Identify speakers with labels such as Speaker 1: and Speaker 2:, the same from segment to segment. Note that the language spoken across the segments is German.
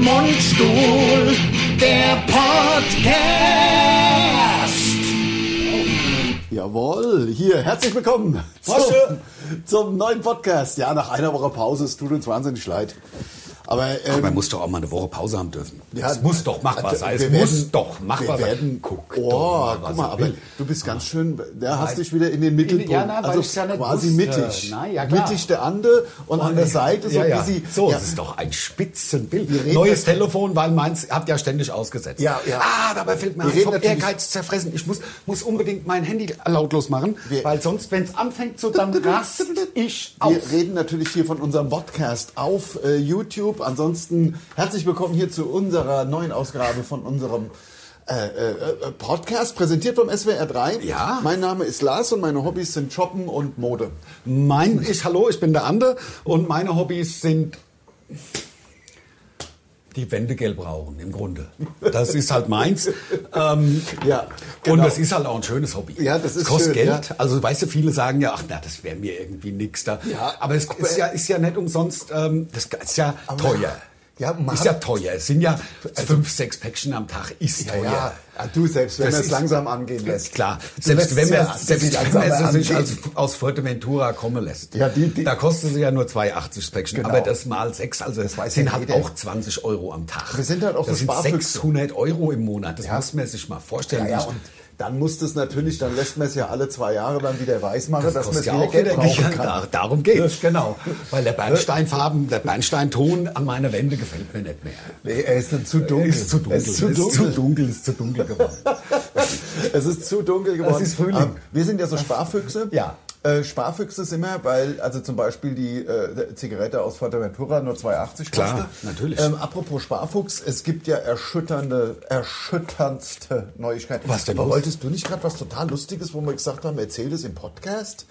Speaker 1: Mundstuhl, der Podcast.
Speaker 2: Jawohl, hier, herzlich willkommen zum,
Speaker 1: Mosche.
Speaker 2: zum neuen Podcast. Ja, nach einer Woche Pause, es tut uns wahnsinnig leid. Aber ähm,
Speaker 1: Man muss doch auch mal eine Woche Pause haben dürfen.
Speaker 2: ja, also
Speaker 1: es muss doch machbar
Speaker 2: wir
Speaker 1: sein. Es
Speaker 2: werden-
Speaker 1: muss doch machbar
Speaker 2: wir
Speaker 1: sein.
Speaker 2: werden,
Speaker 1: Guck
Speaker 2: Oh,
Speaker 1: doch
Speaker 2: guck mal,
Speaker 1: er
Speaker 2: aber
Speaker 1: will.
Speaker 2: du bist ganz schön, der hast
Speaker 1: Nein.
Speaker 2: dich wieder in den Mittelpunkt.
Speaker 1: Ja, na, weil
Speaker 2: also
Speaker 1: ich's ja nicht
Speaker 2: quasi
Speaker 1: wusste.
Speaker 2: mittig.
Speaker 1: Na, ja, klar.
Speaker 2: mittig der Ande und an der Seite so
Speaker 1: ja, ja.
Speaker 2: ein bisschen.
Speaker 1: So,
Speaker 2: ja,
Speaker 1: es ist doch ein Spitzenbild.
Speaker 2: Wir reden-
Speaker 1: Neues Telefon, weil meins habt ihr ja ständig ausgesetzt.
Speaker 2: Ja, ja.
Speaker 1: Ah, dabei fällt mir
Speaker 2: Wir
Speaker 1: ein,
Speaker 2: reden
Speaker 1: vom
Speaker 2: natürlich-
Speaker 1: Ehrgeiz zerfressen. Ich muss, muss unbedingt mein Handy lautlos machen,
Speaker 2: Wir-
Speaker 1: weil sonst, wenn es anfängt, so dann rast ich aus.
Speaker 2: Wir reden natürlich hier von unserem Podcast auf äh, YouTube. Ansonsten herzlich willkommen hier zu unserer neuen Ausgabe von unserem äh, äh, äh, Podcast, präsentiert vom SWR 3.
Speaker 1: Ja.
Speaker 2: Mein Name ist Lars und meine Hobbys sind Shoppen und Mode.
Speaker 1: Mein, ich, hallo, ich bin der Ande und meine Hobbys sind die Wände gelb rauchen, im Grunde. Das ist halt meins. Ähm,
Speaker 2: Ja,
Speaker 1: Und
Speaker 2: genau.
Speaker 1: das ist halt auch ein schönes Hobby.
Speaker 2: Ja, das
Speaker 1: Es
Speaker 2: ist
Speaker 1: kostet
Speaker 2: schön,
Speaker 1: Geld.
Speaker 2: ja.
Speaker 1: Also, weißt du, viele sagen ja, ach, na, das wäre mir irgendwie nix da.
Speaker 2: Ja,
Speaker 1: aber es
Speaker 2: aber-
Speaker 1: ist, ja, ist ja nicht umsonst, ähm, das ist ja teuer.
Speaker 2: Ja, man
Speaker 1: ist
Speaker 2: hat- Also
Speaker 1: ja teuer. Es sind ja fünf, sechs Päckchen am Tag, ist
Speaker 2: Ja,
Speaker 1: teuer.
Speaker 2: ja. Ah, du, selbst wenn
Speaker 1: Das
Speaker 2: man es
Speaker 1: ist-
Speaker 2: langsam angehen lässt.
Speaker 1: Klar,
Speaker 2: Du
Speaker 1: selbst
Speaker 2: lässt
Speaker 1: wenn
Speaker 2: es ja
Speaker 1: man,
Speaker 2: an-
Speaker 1: selbst
Speaker 2: das
Speaker 1: wenn man es
Speaker 2: langsam
Speaker 1: sich als,
Speaker 2: angehen.
Speaker 1: aus Fuerteventura kommen lässt,
Speaker 2: Ja, die- die-
Speaker 1: da kostet sie ja nur 2,80 Speckchen,
Speaker 2: Genau.
Speaker 1: aber das mal 6, also das
Speaker 2: weiß
Speaker 1: sind
Speaker 2: ja
Speaker 1: halt
Speaker 2: jeder.
Speaker 1: auch 20 Euro am Tag.
Speaker 2: Wir sind halt auch
Speaker 1: das
Speaker 2: so
Speaker 1: sind
Speaker 2: Sparfüchse.
Speaker 1: 600 Euro im Monat, das muss man sich mal vorstellen.
Speaker 2: Ja, ja, und dann muss das natürlich, dann lässt man es ja alle zwei Jahre dann wieder weiß machen, dass man es
Speaker 1: kostet
Speaker 2: wieder Geld brauchen kann.
Speaker 1: Da, darum geht's, genau. Weil der Bernsteinfarben, der Bernsteinton an meiner Wände gefällt mir nicht mehr.
Speaker 2: Nee, er ist dann zu dunkel.
Speaker 1: Ist zu dunkel,
Speaker 2: Es ist zu
Speaker 1: es
Speaker 2: dunkel,
Speaker 1: ist zu dunkel, ist zu dunkel geworden.
Speaker 2: es ist zu dunkel geworden.
Speaker 1: ist Frühling.
Speaker 2: Aber Wir sind ja so Sparfüchse.
Speaker 1: Ja.
Speaker 2: Äh, Sparfüchse sind wir, weil also zum Beispiel die äh, Zigarette aus Fuerteventura nur 2,80
Speaker 1: Klar,
Speaker 2: kostet.
Speaker 1: natürlich.
Speaker 2: Ähm, apropos Sparfuchs, es gibt ja erschütternde, erschütterndste Neuigkeiten.
Speaker 1: Was denn
Speaker 2: Aber
Speaker 1: los?
Speaker 2: wolltest du nicht gerade was total Lustiges, wo wir gesagt haben, erzähl das im Podcast?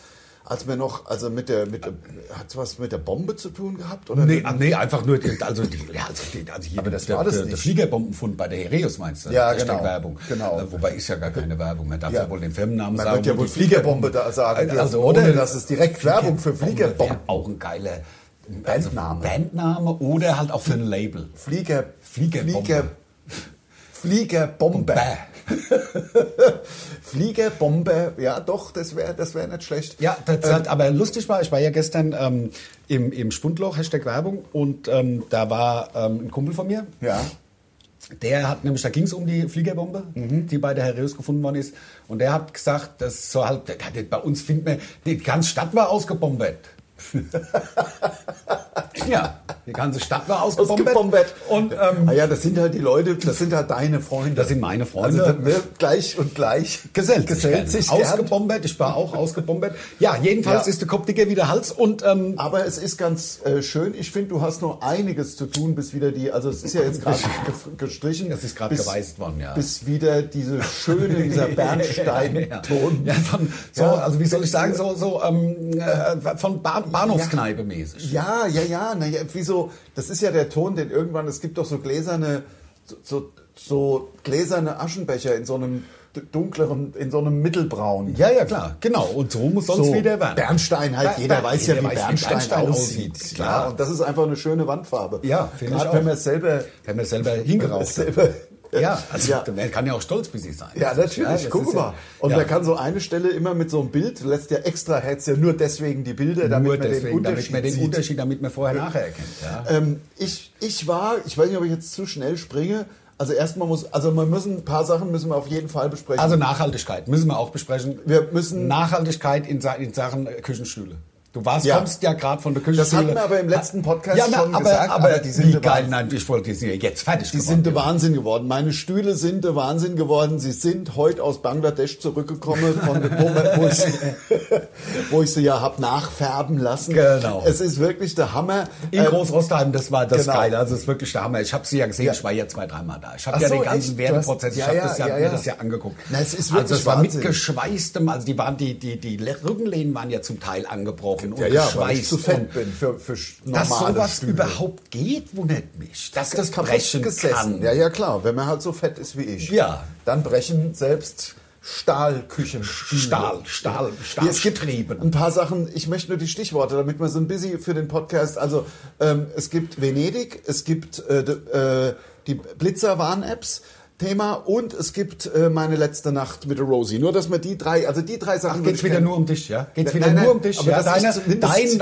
Speaker 2: Als wir noch, also mit der, mit, hat's was mit der Bombe zu tun gehabt? Oder
Speaker 1: Nee, ah, nee, einfach nur, die, also, die, ja, also, die, also hier
Speaker 2: Aber das
Speaker 1: der,
Speaker 2: war das
Speaker 1: der, der
Speaker 2: nicht.
Speaker 1: Fliegerbombenfund bei der Hereus meinst du?
Speaker 2: Ja,
Speaker 1: Hashtag
Speaker 2: genau.
Speaker 1: Werbung.
Speaker 2: Genau.
Speaker 1: Äh, wobei ist ja gar keine Werbung. Man darf ja,
Speaker 2: Ja.
Speaker 1: wohl den Firmennamen
Speaker 2: Man
Speaker 1: sagen.
Speaker 2: wird ja
Speaker 1: wo
Speaker 2: wohl
Speaker 1: die Also
Speaker 2: Fliegerbombe da sagen dürfen, ohne dass es direkt Werbung für Fliegerbomben-
Speaker 1: wäre Auch ein geiler
Speaker 2: Bandname.
Speaker 1: Bandname oder halt auch für ein Label.
Speaker 2: Flieger,
Speaker 1: Fliegerbombe.
Speaker 2: Flieger, Fliegerbombe. Fliegerbombe, ja doch, das wäre das wär nicht schlecht.
Speaker 1: Ja, das hat, aber lustig war, ich war ja gestern ähm, im, im Spundloch, Hashtag Werbung, und ähm, da war ähm, ein Kumpel von mir,
Speaker 2: Ja.
Speaker 1: Der hat nämlich, da ging es um die Fliegerbombe,
Speaker 2: Mhm.
Speaker 1: die bei der Herreus gefunden worden ist. Und der hat gesagt, das so halt, der- bei uns findet man, die ganze Stadt war ausgebombert. ja, die ganze Stadt war ausgebombert.
Speaker 2: Ausgebombert.
Speaker 1: Und ähm,
Speaker 2: ah ja, das sind halt die Leute, das sind halt deine Freunde.
Speaker 1: Das sind meine Freunde.
Speaker 2: Also, ne, gleich und gleich.
Speaker 1: gesellt,
Speaker 2: Gesellt sich gern.
Speaker 1: Ausgebombert, ich war auch ausgebombert. Ja, jedenfalls
Speaker 2: Ja.
Speaker 1: ist der Kopf dicker wie der Hals. Und ähm,
Speaker 2: Aber es ist ganz äh, schön. Ich finde, du hast noch einiges zu tun, bis wieder die, also es ist ja jetzt gerade ge- gestrichen.
Speaker 1: Es ist gerade
Speaker 2: bis-
Speaker 1: geweißt worden, ja.
Speaker 2: Bis wieder diese schöne, dieser Bernstein-Ton.
Speaker 1: ja, von, so,
Speaker 2: Ja.
Speaker 1: also wie soll ich sagen, so, so ähm, äh, von bah Bahnhofskneipe mäßig.
Speaker 2: Ja, ja, ja, naja, wieso? Das ist ja der Ton, den irgendwann, es gibt doch so gläserne, so, so, so gläserne Aschenbecher in so einem d- dunkleren, in so einem mittelbraun.
Speaker 1: Ja, ja, klar, genau. Und so muss sonst
Speaker 2: so
Speaker 1: wieder werden.
Speaker 2: Bernstein halt,
Speaker 1: Ber-
Speaker 2: jeder
Speaker 1: Ber-
Speaker 2: weiß
Speaker 1: jeder
Speaker 2: ja, wie
Speaker 1: weiß, wie
Speaker 2: Bernstein,
Speaker 1: Bernstein
Speaker 2: aussieht.
Speaker 1: aussieht,
Speaker 2: Klar.
Speaker 1: klar.
Speaker 2: Und das ist einfach eine schöne Wandfarbe.
Speaker 1: Ja, finde ich
Speaker 2: Gerade
Speaker 1: auch.
Speaker 2: wenn man es selber
Speaker 1: Wenn man selber hingeraucht hat.
Speaker 2: selber-
Speaker 1: Ja, also
Speaker 2: Ja.
Speaker 1: man kann ja auch stolz bis sie sein.
Speaker 2: Ja, natürlich.
Speaker 1: das
Speaker 2: Guck
Speaker 1: ist
Speaker 2: mal.
Speaker 1: Ja,
Speaker 2: Und
Speaker 1: ja.
Speaker 2: man kann so eine Stelle immer mit so einem Bild, lässt ja extra, hättest ja nur deswegen die Bilder, damit
Speaker 1: nur
Speaker 2: man den
Speaker 1: deswegen, damit
Speaker 2: Unterschied
Speaker 1: man den
Speaker 2: sieht.
Speaker 1: Unterschied, damit man vorher nachher erkennt. Ja.
Speaker 2: Ähm, ich, ich war, ich weiß nicht, ob ich jetzt zu schnell springe. Also erstmal muss, also wir müssen ein paar Sachen müssen wir auf jeden Fall besprechen.
Speaker 1: Also Nachhaltigkeit müssen wir auch besprechen.
Speaker 2: Wir müssen-
Speaker 1: Nachhaltigkeit in, Sa- in Sachen äh, Küchenstühle. Du warst,
Speaker 2: Ja.
Speaker 1: kommst ja gerade von der Küchenstühle.
Speaker 2: hatten wir aber im letzten Podcast
Speaker 1: Ah, ja, na,
Speaker 2: schon
Speaker 1: aber,
Speaker 2: gesagt,
Speaker 1: Aber,
Speaker 2: aber die sind
Speaker 1: wie geil,
Speaker 2: Wahnsinn.
Speaker 1: nein, ich wollte die sind ja jetzt fertig
Speaker 2: die sind der Wahnsinn geworden. Meine Stühle sind der Wahnsinn geworden. Sie sind heute aus Bangladesch zurückgekommen, von der Pumpe, wo, ich, wo ich sie ja hab nachfärben lassen.
Speaker 1: Genau.
Speaker 2: Es ist wirklich der Hammer.
Speaker 1: In
Speaker 2: Ähm,
Speaker 1: Großrostheim, das war das
Speaker 2: genau.
Speaker 1: Geile. Also das ist wirklich der Hammer. Ich habe sie ja gesehen,
Speaker 2: Ja.
Speaker 1: ich war ja zwei, dreimal da. Ich habe
Speaker 2: Ach
Speaker 1: ja
Speaker 2: so,
Speaker 1: den ganzen
Speaker 2: echt?
Speaker 1: Werdeprozess,
Speaker 2: Du
Speaker 1: ich
Speaker 2: hast-
Speaker 1: habe
Speaker 2: ja,
Speaker 1: das, ja,
Speaker 2: ja,
Speaker 1: mir
Speaker 2: ja.
Speaker 1: das ja angeguckt.
Speaker 2: Na, es ist
Speaker 1: also
Speaker 2: wirklich
Speaker 1: es war
Speaker 2: Wahnsinn.
Speaker 1: mit geschweißtem, also die waren die, die, die Le- Rückenlehnen waren ja zum Teil angebrochen und
Speaker 2: ja, ja, weil ich
Speaker 1: geschweißt.
Speaker 2: zu fett
Speaker 1: und
Speaker 2: bin für, für sch- normale
Speaker 1: dass sowas
Speaker 2: Stühle.
Speaker 1: überhaupt geht, wundert mich. Dass das
Speaker 2: kaputt
Speaker 1: brechen
Speaker 2: gesessen.
Speaker 1: kann.
Speaker 2: Ja, ja, klar. Wenn man halt so fett ist wie ich,
Speaker 1: Ja.
Speaker 2: dann brechen selbst Stahlküchen.
Speaker 1: Stahl, Stahl, Stahl.
Speaker 2: es gibt ein paar Sachen, ich möchte nur die Stichworte, damit wir so ein bisschen für den Podcast, also ähm, es gibt Venedig, es gibt äh, d- äh, die Blitzer-Warn-Apps, Thema und es gibt äh, meine letzte Nacht mit der Rosie. Nur, dass wir die drei, also die drei Sachen...
Speaker 1: Geht's wieder nur um dich, ja? Geht's
Speaker 2: Nein,
Speaker 1: wieder
Speaker 2: nein,
Speaker 1: nur um dich,
Speaker 2: aber
Speaker 1: ja?
Speaker 2: das ist
Speaker 1: Deine,
Speaker 2: zumindest-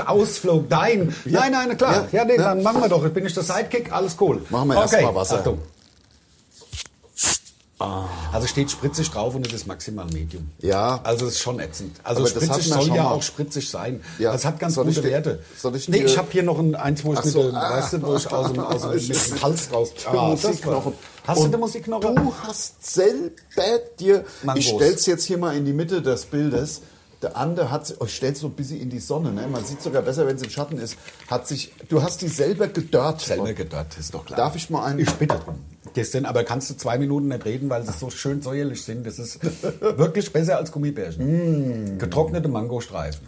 Speaker 1: dein Ausflug, dein. Nein, nein, klar.
Speaker 2: Ja,
Speaker 1: Ja, nee,
Speaker 2: ja.
Speaker 1: dann machen wir doch. Jetzt bin ich der Sidekick, alles cool.
Speaker 2: Machen wir erst mal Wasser. Ah.
Speaker 1: Achtung. Also steht spritzig drauf und es ist maximal Medium.
Speaker 2: Ja.
Speaker 1: Also es ist schon ätzend. Also
Speaker 2: Aber das
Speaker 1: spritzig
Speaker 2: hatten wir
Speaker 1: soll
Speaker 2: schon
Speaker 1: ja
Speaker 2: mal.
Speaker 1: auch spritzig sein.
Speaker 2: Ja.
Speaker 1: Das hat ganz
Speaker 2: Soll ich
Speaker 1: gute
Speaker 2: dir-
Speaker 1: Werte.
Speaker 2: soll ich
Speaker 1: nee,
Speaker 2: dir-
Speaker 1: ich habe hier noch ein, eins, wo ich,
Speaker 2: Ach
Speaker 1: mit
Speaker 2: so,
Speaker 1: dem,
Speaker 2: ah.
Speaker 1: weißt du, wo ich aus dem, aus dem, mit dem Hals raus...
Speaker 2: Ah,
Speaker 1: das war-
Speaker 2: Musikknochen.
Speaker 1: Hast du
Speaker 2: Und
Speaker 1: den Musikknochen?
Speaker 2: Du hast selber dir.
Speaker 1: Mangos.
Speaker 2: Ich stell's jetzt hier mal in die Mitte des Bildes. Der andere hat, oh, ich stell's so ein bisschen in die Sonne, ne? Man sieht sogar besser, wenn es im Schatten ist. Hat sich, du hast die selber gedörrt.
Speaker 1: Selber gedörrt, ist doch klar.
Speaker 2: Darf ich mal einen?
Speaker 1: Ich bitte drum. Gestern, aber kannst du zwei Minuten nicht reden, weil sie so schön säuerlich sind. Das ist wirklich besser als Gummibärchen.
Speaker 2: Mm.
Speaker 1: Getrocknete Mangostreifen.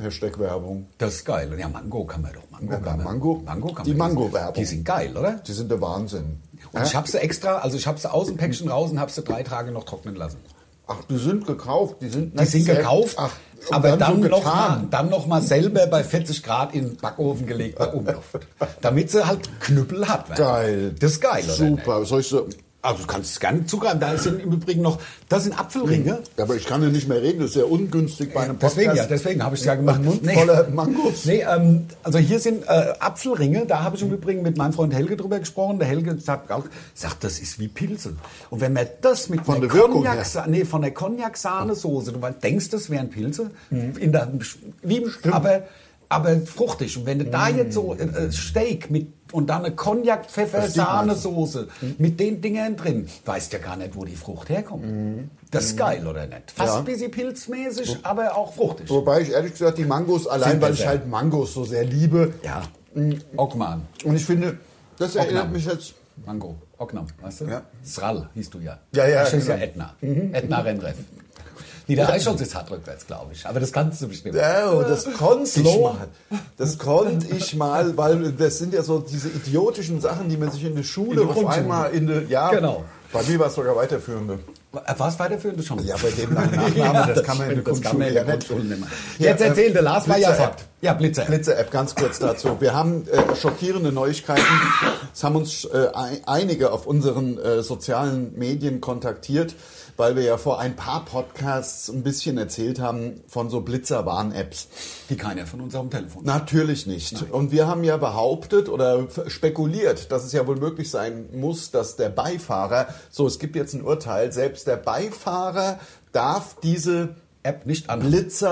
Speaker 2: Hashtag Werbung.
Speaker 1: Das ist geil. Ja, Mango kann man doch. Mango,
Speaker 2: Ja,
Speaker 1: kann man,
Speaker 2: Mango.
Speaker 1: Mango kann
Speaker 2: Die
Speaker 1: man
Speaker 2: Mango-Werbung.
Speaker 1: Die sind geil, oder?
Speaker 2: Die sind der Wahnsinn.
Speaker 1: Und ich habe sie extra, also ich habe sie aus dem Päckchen raus und habe sie drei Tage noch trocknen lassen.
Speaker 2: Ach, die sind gekauft. Die sind,
Speaker 1: Die sind gekauft,
Speaker 2: Ach, und
Speaker 1: aber dann,
Speaker 2: so
Speaker 1: noch mal,
Speaker 2: getan.
Speaker 1: dann noch mal selber bei 40 Grad in den Backofen gelegt bei Umluft. damit sie halt Knüppel hat. weißt du?
Speaker 2: Geil.
Speaker 1: Das ist geil, oder?
Speaker 2: Super. Soll ich so,
Speaker 1: Also du kannst es gerne zugreifen. Da sind im Übrigen noch, das sind Apfelringe.
Speaker 2: Ja, aber ich kann ja nicht mehr reden. Das ist ja ungünstig bei einem Podcast.
Speaker 1: Mhm. Deswegen, ja, deswegen habe ich es ja gemacht.
Speaker 2: Mund voller Mangos.
Speaker 1: Nee, ähm, also hier sind äh, Apfelringe. Da habe ich im Übrigen mit meinem Freund Helge drüber gesprochen. Der Helge sagt, auch, sagt das ist wie Pilze. Und wenn man das mit
Speaker 2: Von
Speaker 1: einer
Speaker 2: der Wirkung
Speaker 1: Cognac- nee, von der Cognac-Sahnesoße, du denkst, das wären Pilze, in der, wie, aber, aber fruchtig. Und wenn du
Speaker 2: Mm.
Speaker 1: da jetzt so ein äh, Steak mit und dann eine Cognac-Pfeffer-Sahnesoße mit den Dingern drin, weißt ja gar nicht, wo die Frucht herkommt. Das ist geil, oder nicht? Fast
Speaker 2: Mm. Ja. Oh.
Speaker 1: ein bisschen pilzmäßig, aber auch fruchtig.
Speaker 2: Wobei ich ehrlich gesagt die Mangos allein,
Speaker 1: Sind
Speaker 2: weil
Speaker 1: besser.
Speaker 2: ich halt Mangos so sehr liebe.
Speaker 1: Ja.
Speaker 2: Mm.
Speaker 1: Ockmann.
Speaker 2: Und ich finde, das erinnert
Speaker 1: Ocknam.
Speaker 2: mich jetzt.
Speaker 1: Mango. Ocknam, weißt du?
Speaker 2: Ja.
Speaker 1: Sral hieß du ja.
Speaker 2: Ja, ja,
Speaker 1: Ich hieß ja
Speaker 2: genau.
Speaker 1: Edna. Edna Rennreff. Nee, der Eichholz ist hart rückwärts, glaube ich. Aber das kannst du bestimmt.
Speaker 2: Oh, das konnte ich
Speaker 1: Slow.
Speaker 2: mal. Das konnte ich mal, weil das sind ja so diese idiotischen Sachen, die man sich in der Schule
Speaker 1: In der
Speaker 2: auf
Speaker 1: Grundschule.
Speaker 2: einmal in der. Ja,
Speaker 1: Genau.
Speaker 2: bei mir war es sogar weiterführende.
Speaker 1: War es Äh, weiterführend schon?
Speaker 2: Ja, bei dem langen Nachnamen,
Speaker 1: Ja,
Speaker 2: das kann man in der
Speaker 1: stimmt, das kann man in der
Speaker 2: Grundschule ja nicht.
Speaker 1: Grundschule nicht mehr.
Speaker 2: Ja,
Speaker 1: Jetzt
Speaker 2: äh,
Speaker 1: erzähl, der Lars war ja
Speaker 2: Blitzer-App.
Speaker 1: fort. Ja, Blitzer.
Speaker 2: Blitze-App, ganz kurz dazu. Wir haben äh, schockierende Neuigkeiten. Es haben uns äh, ei- einige auf unseren äh, sozialen Medien kontaktiert, weil wir ja vor ein paar Podcasts ein bisschen erzählt haben von so Blitzer-Warn-Apps.
Speaker 1: Die keiner von uns auf dem Telefon.
Speaker 2: Natürlich nicht. Und wir haben ja behauptet oder f- spekuliert, dass es ja wohl möglich sein muss, dass der Beifahrer, so es gibt jetzt ein Urteil, selbst der Beifahrer darf diese
Speaker 1: App nicht an.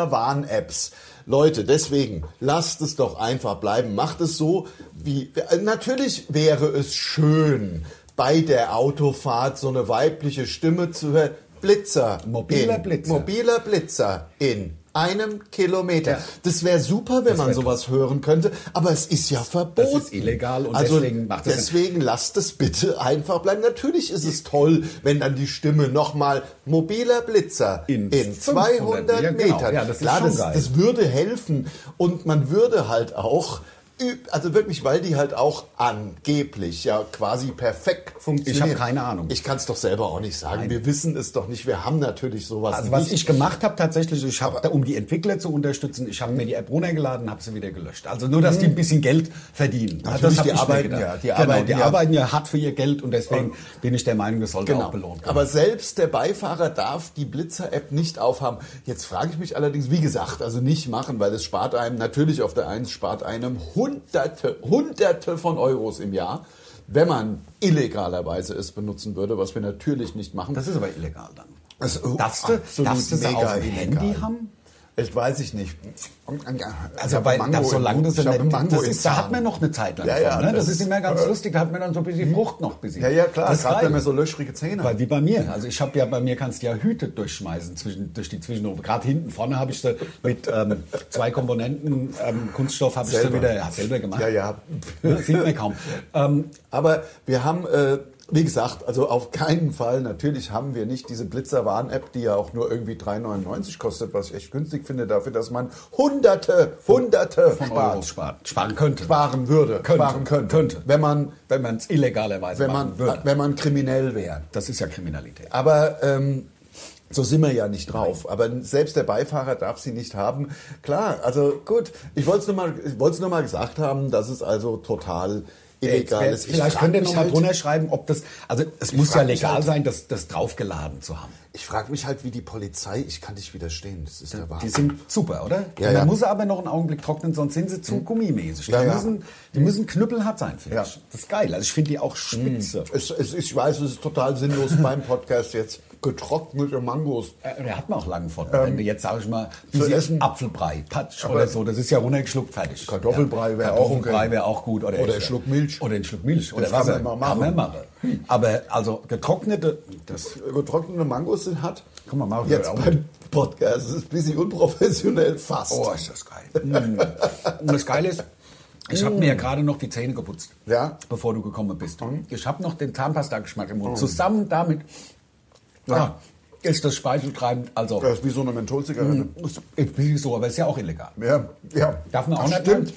Speaker 2: Blitzer-Warn-Apps. Leute, deswegen lasst es doch einfach bleiben. Macht es so, wie. äh, Natürlich wäre es schön, bei der Autofahrt so eine weibliche Stimme zu hören. Blitzer.
Speaker 1: Mobiler
Speaker 2: in,
Speaker 1: Blitzer.
Speaker 2: Mobiler Blitzer in einem Kilometer.
Speaker 1: Ja.
Speaker 2: Das wäre super, wenn man
Speaker 1: wär
Speaker 2: sowas hören könnte, aber es ist ja verboten. Also
Speaker 1: ist illegal und deswegen macht das-
Speaker 2: Deswegen lasst es bitte einfach bleiben. Natürlich ist es toll, wenn dann die Stimme nochmal mobiler Blitzer in,
Speaker 1: In
Speaker 2: 200
Speaker 1: 500, ja,
Speaker 2: Metern.
Speaker 1: genau. Ja, das ist
Speaker 2: Klar,
Speaker 1: schon
Speaker 2: das,
Speaker 1: geil.
Speaker 2: das würde helfen und man würde halt auch üb- also wirklich, weil die halt auch angeblich ja quasi perfekt funktionieren.
Speaker 1: Ich hab keine Ahnung.
Speaker 2: Ich kann es doch selber auch nicht sagen. Wir wissen es doch nicht. Wir haben natürlich sowas
Speaker 1: Also was
Speaker 2: nicht.
Speaker 1: ich gemacht habe tatsächlich, ich habe, da, um die Entwickler zu unterstützen, ich habe mir die App runtergeladen und habe sie wieder gelöscht. Also nur, dass die ein bisschen Geld verdienen.
Speaker 2: Natürlich,
Speaker 1: das hab
Speaker 2: die
Speaker 1: ich mir
Speaker 2: arbeiten
Speaker 1: gedacht.
Speaker 2: ja, die
Speaker 1: genau,
Speaker 2: arbeiten
Speaker 1: die
Speaker 2: ja.
Speaker 1: arbeiten ja hart für ihr Geld und deswegen bin ich der Meinung, das sollte
Speaker 2: Genau.
Speaker 1: auch belohnt werden.
Speaker 2: Aber selbst der Beifahrer darf die Blitzer-App nicht aufhaben. Jetzt frage ich mich allerdings, wie gesagt, also nicht machen, weil es spart einem natürlich auf der Eins, spart einem Hunderte, Hunderte von Euros im Jahr, wenn man illegalerweise es benutzen würde, was wir natürlich nicht machen.
Speaker 1: Das ist aber illegal dann.
Speaker 2: Also,
Speaker 1: darfst du,
Speaker 2: absolut
Speaker 1: darfst du sie
Speaker 2: mega
Speaker 1: auf dem
Speaker 2: illegal.
Speaker 1: Handy haben?
Speaker 2: Ich weiß ich nicht. Ich
Speaker 1: Also
Speaker 2: hab
Speaker 1: weil
Speaker 2: Mango
Speaker 1: da,
Speaker 2: im-
Speaker 1: solange das,
Speaker 2: ich hab
Speaker 1: nicht,
Speaker 2: Mango
Speaker 1: das
Speaker 2: im
Speaker 1: ist, da hat
Speaker 2: Zahn.
Speaker 1: man noch eine Zeit lang
Speaker 2: Ja,
Speaker 1: von,
Speaker 2: ja,
Speaker 1: ne? das,
Speaker 2: das-
Speaker 1: ist immer ganz
Speaker 2: äh, hm.
Speaker 1: lustig, da hat man dann so ein bisschen Frucht noch bisschen.
Speaker 2: Ja, ja, klar.
Speaker 1: Das
Speaker 2: Gerade wenn man
Speaker 1: reicht.
Speaker 2: so löchrige Zähne hat.
Speaker 1: Weil wie bei mir. Also ich habe ja bei mir kannst du ja Hüte durchschmeißen zwischen, durch die Zwischenrufe. Gerade hinten vorne habe ich da mit ähm, zwei Komponenten ähm, Kunststoff habe ich da
Speaker 2: Selber.
Speaker 1: wieder ja, selber gemacht.
Speaker 2: Ja, ja.
Speaker 1: Ne, Sieht man kaum. Ähm,
Speaker 2: Aber wir haben, äh, wie gesagt, also auf keinen Fall, natürlich haben wir nicht diese Blitzer-Warn-App, die ja auch nur irgendwie 3,99 kostet, was ich echt günstig finde dafür, dass man Hunderte, Hunderte
Speaker 1: von
Speaker 2: spart,
Speaker 1: Euros sparen. Sparen könnte.
Speaker 2: sparen würde,
Speaker 1: Könnte.
Speaker 2: sparen könnte,
Speaker 1: Könnte.
Speaker 2: wenn man,
Speaker 1: Wenn man es illegalerweise
Speaker 2: wenn
Speaker 1: machen
Speaker 2: man,
Speaker 1: würde.
Speaker 2: wenn man kriminell wäre.
Speaker 1: Das ist ja Kriminalität.
Speaker 2: Aber ähm, So sind wir ja nicht drauf. Aber selbst der Beifahrer darf sie nicht haben. Klar, also gut. Ich wollte es nur, mal- ich wollt's nur mal gesagt haben, dass es also total illegal ist. Ich
Speaker 1: Vielleicht
Speaker 2: frag
Speaker 1: könnt ihr
Speaker 2: mich
Speaker 1: nochmal
Speaker 2: halt-
Speaker 1: drunter schreiben, ob das, also es muss ja
Speaker 2: frag mich
Speaker 1: legal
Speaker 2: halt-
Speaker 1: sein, das, das draufgeladen zu haben.
Speaker 2: Ich frage mich halt, wie die Polizei, ich kann nicht widerstehen, das ist der
Speaker 1: Die
Speaker 2: Wahnsinn.
Speaker 1: sind super, oder?
Speaker 2: Ja,
Speaker 1: man
Speaker 2: ja. Mhm.
Speaker 1: muss sie aber noch einen Augenblick trocknen, sonst sind sie zu gummimäßig. Die,
Speaker 2: Ja, ja.
Speaker 1: Müssen, die müssen knüppelhart sein, finde
Speaker 2: Ja. Mhm.
Speaker 1: ich. Das ist geil. Also ich finde die auch spitze.
Speaker 2: Es, es, ich weiß, es ist total sinnlos beim Podcast jetzt getrocknete Mangos.
Speaker 1: Äh, Der hat man auch langen von. Wenn du jetzt, sage ich mal, wie
Speaker 2: zu
Speaker 1: sie
Speaker 2: Ähm, essen-
Speaker 1: Apfelbrei, Patsch oder so, das ist ja runtergeschluckt, fertig.
Speaker 2: Kartoffelbrei
Speaker 1: ja.
Speaker 2: wäre auch
Speaker 1: Kartoffelbrei
Speaker 2: okay.
Speaker 1: wäre auch gut. Oder,
Speaker 2: Oder
Speaker 1: Äpfel.
Speaker 2: ein Schluck Milch.
Speaker 1: Oder ein Schluck Milch. Oder
Speaker 2: Das kann
Speaker 1: Wasser.
Speaker 2: man mal machen.
Speaker 1: Kann man machen. Aber also getrocknete, das
Speaker 2: Getrocknete Mangos sind hat.
Speaker 1: Guck mal, Mario
Speaker 2: jetzt
Speaker 1: hört auch
Speaker 2: beim Podcast. Es ist ein bisschen unprofessionell fast.
Speaker 1: Oh, ist das geil. Mm. Und das Geile ist, ich habe mir ja gerade noch die Zähne geputzt,
Speaker 2: Mm. Ja. Mhm.
Speaker 1: bevor du gekommen bist. Ich habe noch den Zahnpasta-Geschmack im Mund. Zusammen damit ah, ist das speicheltreibend. Also, mm,
Speaker 2: Das ist wie so eine Mentholzigarette.
Speaker 1: ist- ist nicht so, aber ist ja auch illegal.
Speaker 2: Ja, ja.
Speaker 1: Darf man auch
Speaker 2: Das
Speaker 1: nicht
Speaker 2: Stimmt.
Speaker 1: rein?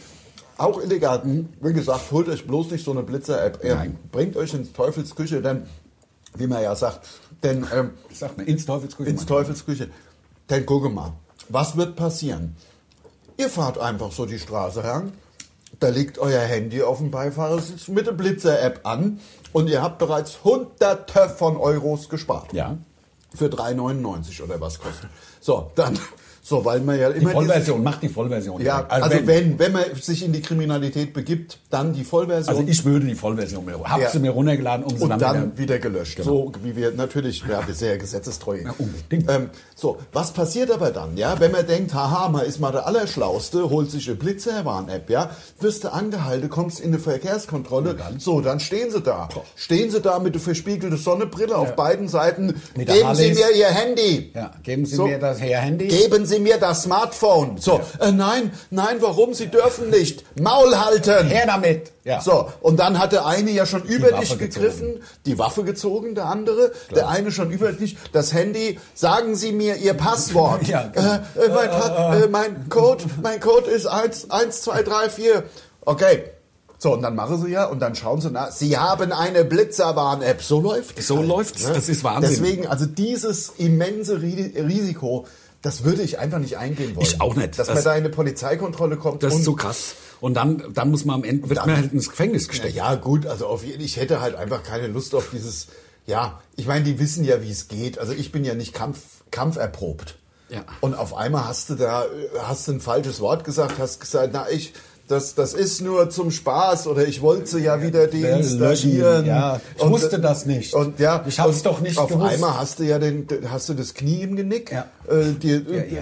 Speaker 2: Auch illegal. Hm? Wie gesagt, holt euch bloß nicht so eine Blitzer-App. Ihr
Speaker 1: Nein.
Speaker 2: Bringt euch ins Teufelsküche, denn, wie man ja sagt, denn ähm,
Speaker 1: Ich sag mal, ins Teufelsküche.
Speaker 2: ins Teufelsküche. Denn gucke mal, was wird passieren? Ihr fahrt einfach so die Straße lang, da liegt euer Handy auf dem Beifahrersitz mit der Blitzer-App an und ihr habt bereits Hunderte von Euros gespart.
Speaker 1: Ja.
Speaker 2: Für 3,99 oder was kostet. So, dann, so, weil man ja immer...
Speaker 1: Die
Speaker 2: dieses-
Speaker 1: Vollversion, mach die Vollversion.
Speaker 2: ja,
Speaker 1: direkt.
Speaker 2: also, wenn. wenn, man sich in die Kriminalität begibt, dann die Vollversion
Speaker 1: Also ich würde die Vollversion mir Hab
Speaker 2: Ja.
Speaker 1: sie mir runtergeladen, um sie
Speaker 2: und dann
Speaker 1: wieder- Genau.
Speaker 2: wieder gelöscht. So wie wir natürlich, ja, wir sind ja gesetzestreu.
Speaker 1: unbedingt.
Speaker 2: ähm, so, was passiert aber dann, ja, wenn man denkt, haha, man ist mal der Allerschlauste, holt sich eine Blitzerwarn-App, ja, wirst du angehalten, kommst in eine Verkehrskontrolle, so, dann stehen sie da. Stehen sie da mit der verspiegelten Sonnenbrille auf beiden Seiten.
Speaker 1: Mit der
Speaker 2: Geben Sie
Speaker 1: Harleys.
Speaker 2: mir Ihr Handy.
Speaker 1: Ja, geben Sie
Speaker 2: So.
Speaker 1: mir das her, Handy.
Speaker 2: Geben Sie mir das Smartphone. So, äh, nein, nein, warum? Sie dürfen nicht. Maul halten.
Speaker 1: her damit. Ja.
Speaker 2: So, und dann hat der eine ja schon über
Speaker 1: Waffe
Speaker 2: dich gegriffen, die Waffe gezogen, der andere, der eine schon über dich, das Handy, sagen Sie mir Ihr Passwort.
Speaker 1: Ja, genau.
Speaker 2: äh, äh, mein, Pa- äh, mein Code, mein Code ist 1, 1, 2, 3, 4. Okay. So, und dann machen sie ja und dann schauen sie nach. Sie haben eine Blitzerwarn-App. So läuft es.
Speaker 1: So läuft's. Das ist Wahnsinn.
Speaker 2: Deswegen, also dieses immense Ri- Risiko, das würde ich einfach nicht eingehen wollen.
Speaker 1: Ich auch nicht.
Speaker 2: Dass man
Speaker 1: Das-
Speaker 2: da in eine Polizeikontrolle kommt
Speaker 1: Das
Speaker 2: und
Speaker 1: ist so krass. Und dann, dann muss man am Ende, wird
Speaker 2: Dann-
Speaker 1: man halt ins Gefängnis gesteckt.
Speaker 2: Ja, gut, also auf jeden, ich hätte halt einfach keine Lust auf dieses. Ja, ich meine, die wissen ja, wie es geht. Also ich bin ja nicht Kampf, kampferprobt.
Speaker 1: Ja.
Speaker 2: Und auf einmal hast du da, äh, hast du ein falsches Wort gesagt, hast gesagt, na ich, das, das ist nur zum Spaß oder ich wollte sie ja wieder deinstallieren.
Speaker 1: ja. Ich wusste das nicht.
Speaker 2: Und ja,
Speaker 1: Ich hab's
Speaker 2: und
Speaker 1: doch nicht
Speaker 2: auf
Speaker 1: gewusst.
Speaker 2: einmal hast du ja den, hast du das Knie im Genick,
Speaker 1: Ja.
Speaker 2: äh, die,
Speaker 1: ja,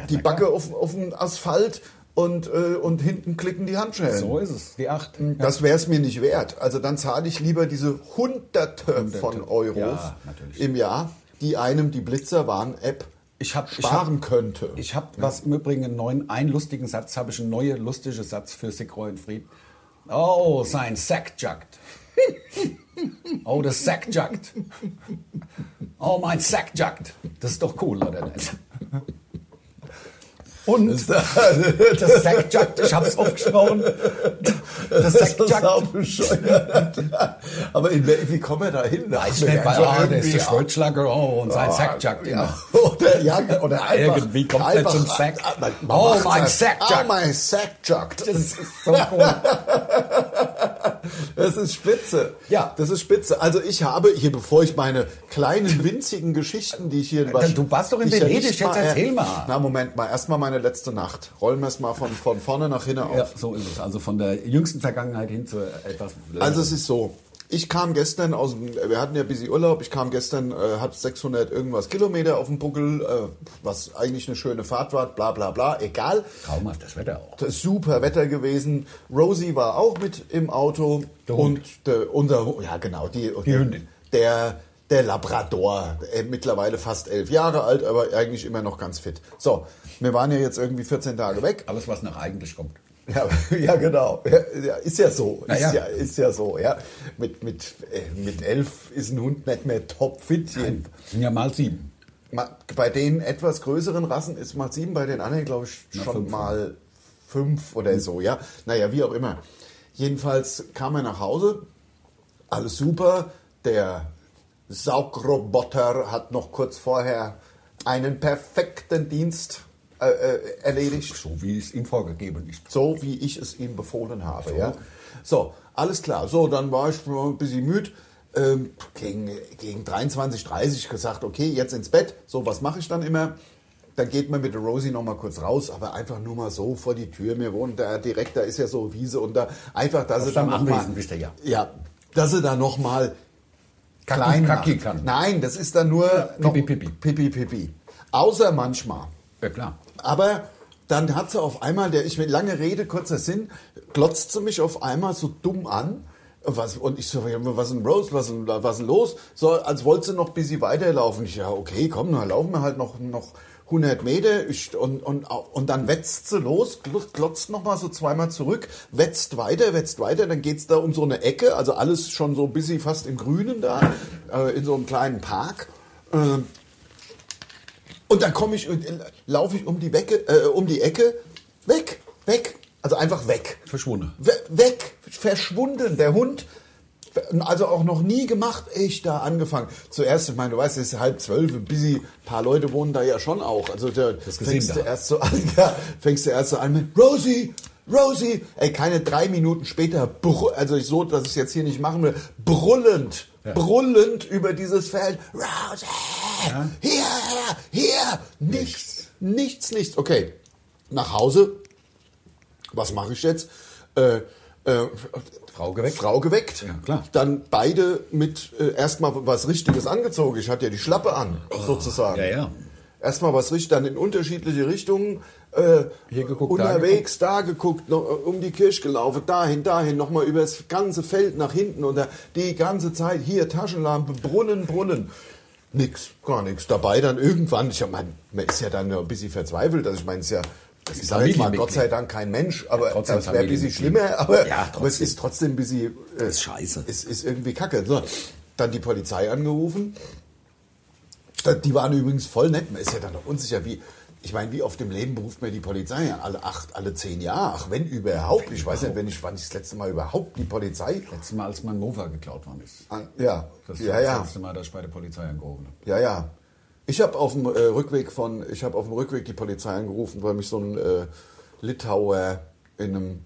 Speaker 2: die
Speaker 1: na klar.
Speaker 2: Backe auf, auf dem Asphalt und, äh, und hinten klicken die Handschellen.
Speaker 1: So ist es, die acht.
Speaker 2: Das wäre es mir nicht wert. Also dann zahle ich lieber diese Hunderte, von Euros
Speaker 1: Ja, natürlich.
Speaker 2: im Jahr, die einem die Blitzerwarn-App
Speaker 1: Ich habe ich hab,
Speaker 2: sparen könnte.
Speaker 1: ich hab was im Übrigen einen neuen, einen lustigen Satz, habe ich einen neuen lustigen Satz für Sigroy und Fried. Oh, sein Sack juckt. Oh, das Sack juckt. Oh, mein Sack juckt. Das ist doch cool, oder nicht? Und das Sack juckt, ich hab's aufgesprochen. Das Sack juckt.
Speaker 2: bescheuert. Aber in, wel- wie kommen wir da hin? Da
Speaker 1: Ich
Speaker 2: haben wir
Speaker 1: denke mal,
Speaker 2: ja
Speaker 1: ah,
Speaker 2: schon
Speaker 1: der ist der
Speaker 2: irgendwie-
Speaker 1: Schrottschlager, oh, und sein Sack juckt immer.
Speaker 2: Ja. Oder, ja, oder einfach,
Speaker 1: Irgendwie kommt der
Speaker 2: einfach,
Speaker 1: zum Sack.
Speaker 2: Ah, man- man
Speaker 1: Oh,
Speaker 2: macht's
Speaker 1: mein
Speaker 2: halt.
Speaker 1: Sack
Speaker 2: Ah,
Speaker 1: juckt.
Speaker 2: mein Sack juckt.
Speaker 1: Das ist so cool.
Speaker 2: Das ist spitze.
Speaker 1: Ja.
Speaker 2: Das ist spitze. Also ich habe hier, bevor ich meine kleinen winzigen Geschichten, die ich hier...
Speaker 1: du warst doch in
Speaker 2: die ich
Speaker 1: Venedig,
Speaker 2: nicht
Speaker 1: jetzt erzähl
Speaker 2: äh,
Speaker 1: mal.
Speaker 2: Na, Moment mal. Erstmal meine letzte Nacht. Rollen wir es mal von, von vorne nach hinten auf.
Speaker 1: Ja, so ist es. Also von der jüngsten Vergangenheit hin zu etwas.
Speaker 2: Also es ist so. Ich kam gestern aus dem, wir hatten ja busy Urlaub, ich kam gestern, äh, hab 600 irgendwas Kilometer auf dem Buckel, äh, was eigentlich eine schöne Fahrt war, bla bla bla, egal.
Speaker 1: traumhaft, das Wetter auch.
Speaker 2: Das ist super Wetter gewesen. Rosie war auch mit im Auto
Speaker 1: Der Hund.
Speaker 2: und der, unser Hu- ja genau die,
Speaker 1: Die Hündin.
Speaker 2: Der der Labrador, äh, mittlerweile fast elf Jahre alt, aber eigentlich immer noch ganz fit. So, wir waren ja jetzt irgendwie 14 Tage weg.
Speaker 1: Alles, was nach eigentlich kommt.
Speaker 2: Ja, ja genau. Ja, ja, ist ja so.
Speaker 1: Na ja.
Speaker 2: Ist, ja, ist ja so. Ja. Mit, mit, äh, mit elf ist ein Hund nicht mehr topfit.
Speaker 1: Sind ja mal sieben.
Speaker 2: Ma- Bei den etwas größeren Rassen ist Mach 7, bei den anderen glaube ich schon
Speaker 1: fünf.
Speaker 2: mal 5 oder so, ja. Naja, wie auch immer. Jedenfalls kam er nach Hause, alles super. Der Saugroboter hat noch kurz vorher einen perfekten Dienst äh, äh, erledigt.
Speaker 1: So wie es ihm vorgegeben ist.
Speaker 2: So wie ich es ihm befohlen habe. Ja? So, alles klar. So, dann war ich ein bisschen müde. Ähm, gegen, gegen 23, 30 gesagt, okay, jetzt ins Bett. So, was mache ich dann immer? Dann geht man mit der Rosie nochmal kurz raus, aber einfach nur mal so vor die Tür. Mir wohnt da direkt, da ist ja so Wiese und da einfach, dass sie
Speaker 1: deinem
Speaker 2: dann noch mal-
Speaker 1: Anwesen bist du, ja.
Speaker 2: Ja, dass sie da nochmal
Speaker 1: Kacki-
Speaker 2: klein
Speaker 1: Kacki
Speaker 2: macht.
Speaker 1: kann.
Speaker 2: Nein, das ist dann nur noch-
Speaker 1: pipi, pipi.
Speaker 2: pipi, pipi. Außer manchmal.
Speaker 1: Ja, klar.
Speaker 2: Aber dann hat sie auf einmal, der ich mit lange Rede, kurzer Sinn, glotzt sie mich auf einmal so dumm an. Was, und ich so, ja, was ist denn Rose, was ist denn, was ist denn los? So, als wollte sie noch ein bisschen weiterlaufen. Ich, ja, okay, komm, dann laufen wir halt noch, noch 100 Meter. Ich, und, und, und dann wetzt sie los, gl- glotzt noch mal so zweimal zurück, wetzt weiter, wetzt weiter. Dann geht's da um so eine Ecke, also alles schon so ein bisschen fast im Grünen da, äh, in so einem kleinen Park. Ähm, und dann komme ich und äh, laufe ich um die, Wecke, äh, um die Ecke. Weg, weg. Also einfach weg.
Speaker 1: Verschwunden.
Speaker 2: We weg, verschwunden. Der Hund, also auch noch nie gemacht, ich da angefangen. Zuerst, ich meine, du weißt, es ist halb zwölf, ein busy, ein paar Leute wohnen da ja schon auch. Also da
Speaker 1: gesehen
Speaker 2: fängst du
Speaker 1: da.
Speaker 2: erst so an, ja, fängst du erst so an mit Rosie, Rosie. Ey, keine drei Minuten später, brr- also ich so, dass ich es jetzt hier nicht machen will, brüllend, brüllend über dieses Feld. Rosie, hier, hier, nichts, nichts, nichts. Okay, nach Hause, was mache ich jetzt? Äh, äh,
Speaker 1: Frau geweckt.
Speaker 2: Frau geweckt.
Speaker 1: Ja, klar.
Speaker 2: Dann beide mit äh, erstmal was Richtiges angezogen. Ich hatte ja die Schlappe an,
Speaker 1: Oh,
Speaker 2: sozusagen.
Speaker 1: ja, ja.
Speaker 2: Erstmal was richtig, dann in unterschiedliche Richtungen. Äh,
Speaker 1: Hier geguckt, da
Speaker 2: unterwegs, da geguckt, noch, äh, um die Kirche gelaufen, dahin, dahin, nochmal über das ganze Feld nach hinten und da, die ganze Zeit hier Taschenlampe, Brunnen, Brunnen. Nix, gar nichts. Dabei dann irgendwann, ich meine, man ist ja dann ein bisschen verzweifelt, also ich meine, es ist ja, ich sage jetzt mal,
Speaker 1: Familienmitglied.
Speaker 2: Gott sei Dank kein Mensch, aber
Speaker 1: trotzdem
Speaker 2: das wäre ein bisschen
Speaker 1: Familienmitglied.
Speaker 2: schlimmer, aber,
Speaker 1: Ja,
Speaker 2: aber es
Speaker 1: trotzdem.
Speaker 2: ist trotzdem ein bisschen, äh,
Speaker 1: Ist scheiße.
Speaker 2: es ist irgendwie kacke. So, dann die Polizei angerufen, da- Die waren übrigens voll nett. Man ist ja dann noch unsicher, wie. Ich meine, wie auf dem Leben beruft mir die Polizei an? Alle acht, alle zehn Jahre. Ach, wenn überhaupt. Ich weiß nicht, wenn ich, wann ich das letzte Mal überhaupt die Polizei.
Speaker 1: Letztes Mal, als mein Mofa geklaut worden ist.
Speaker 2: An, ja,
Speaker 1: Das ist
Speaker 2: ja,
Speaker 1: das
Speaker 2: ja,
Speaker 1: letzte Mal, dass ich bei der Polizei angerufen habe.
Speaker 2: ja, ja. Ich habe auf dem äh, Rückweg von, ich habe auf dem Rückweg die Polizei angerufen, weil mich so ein äh, Litauer in einem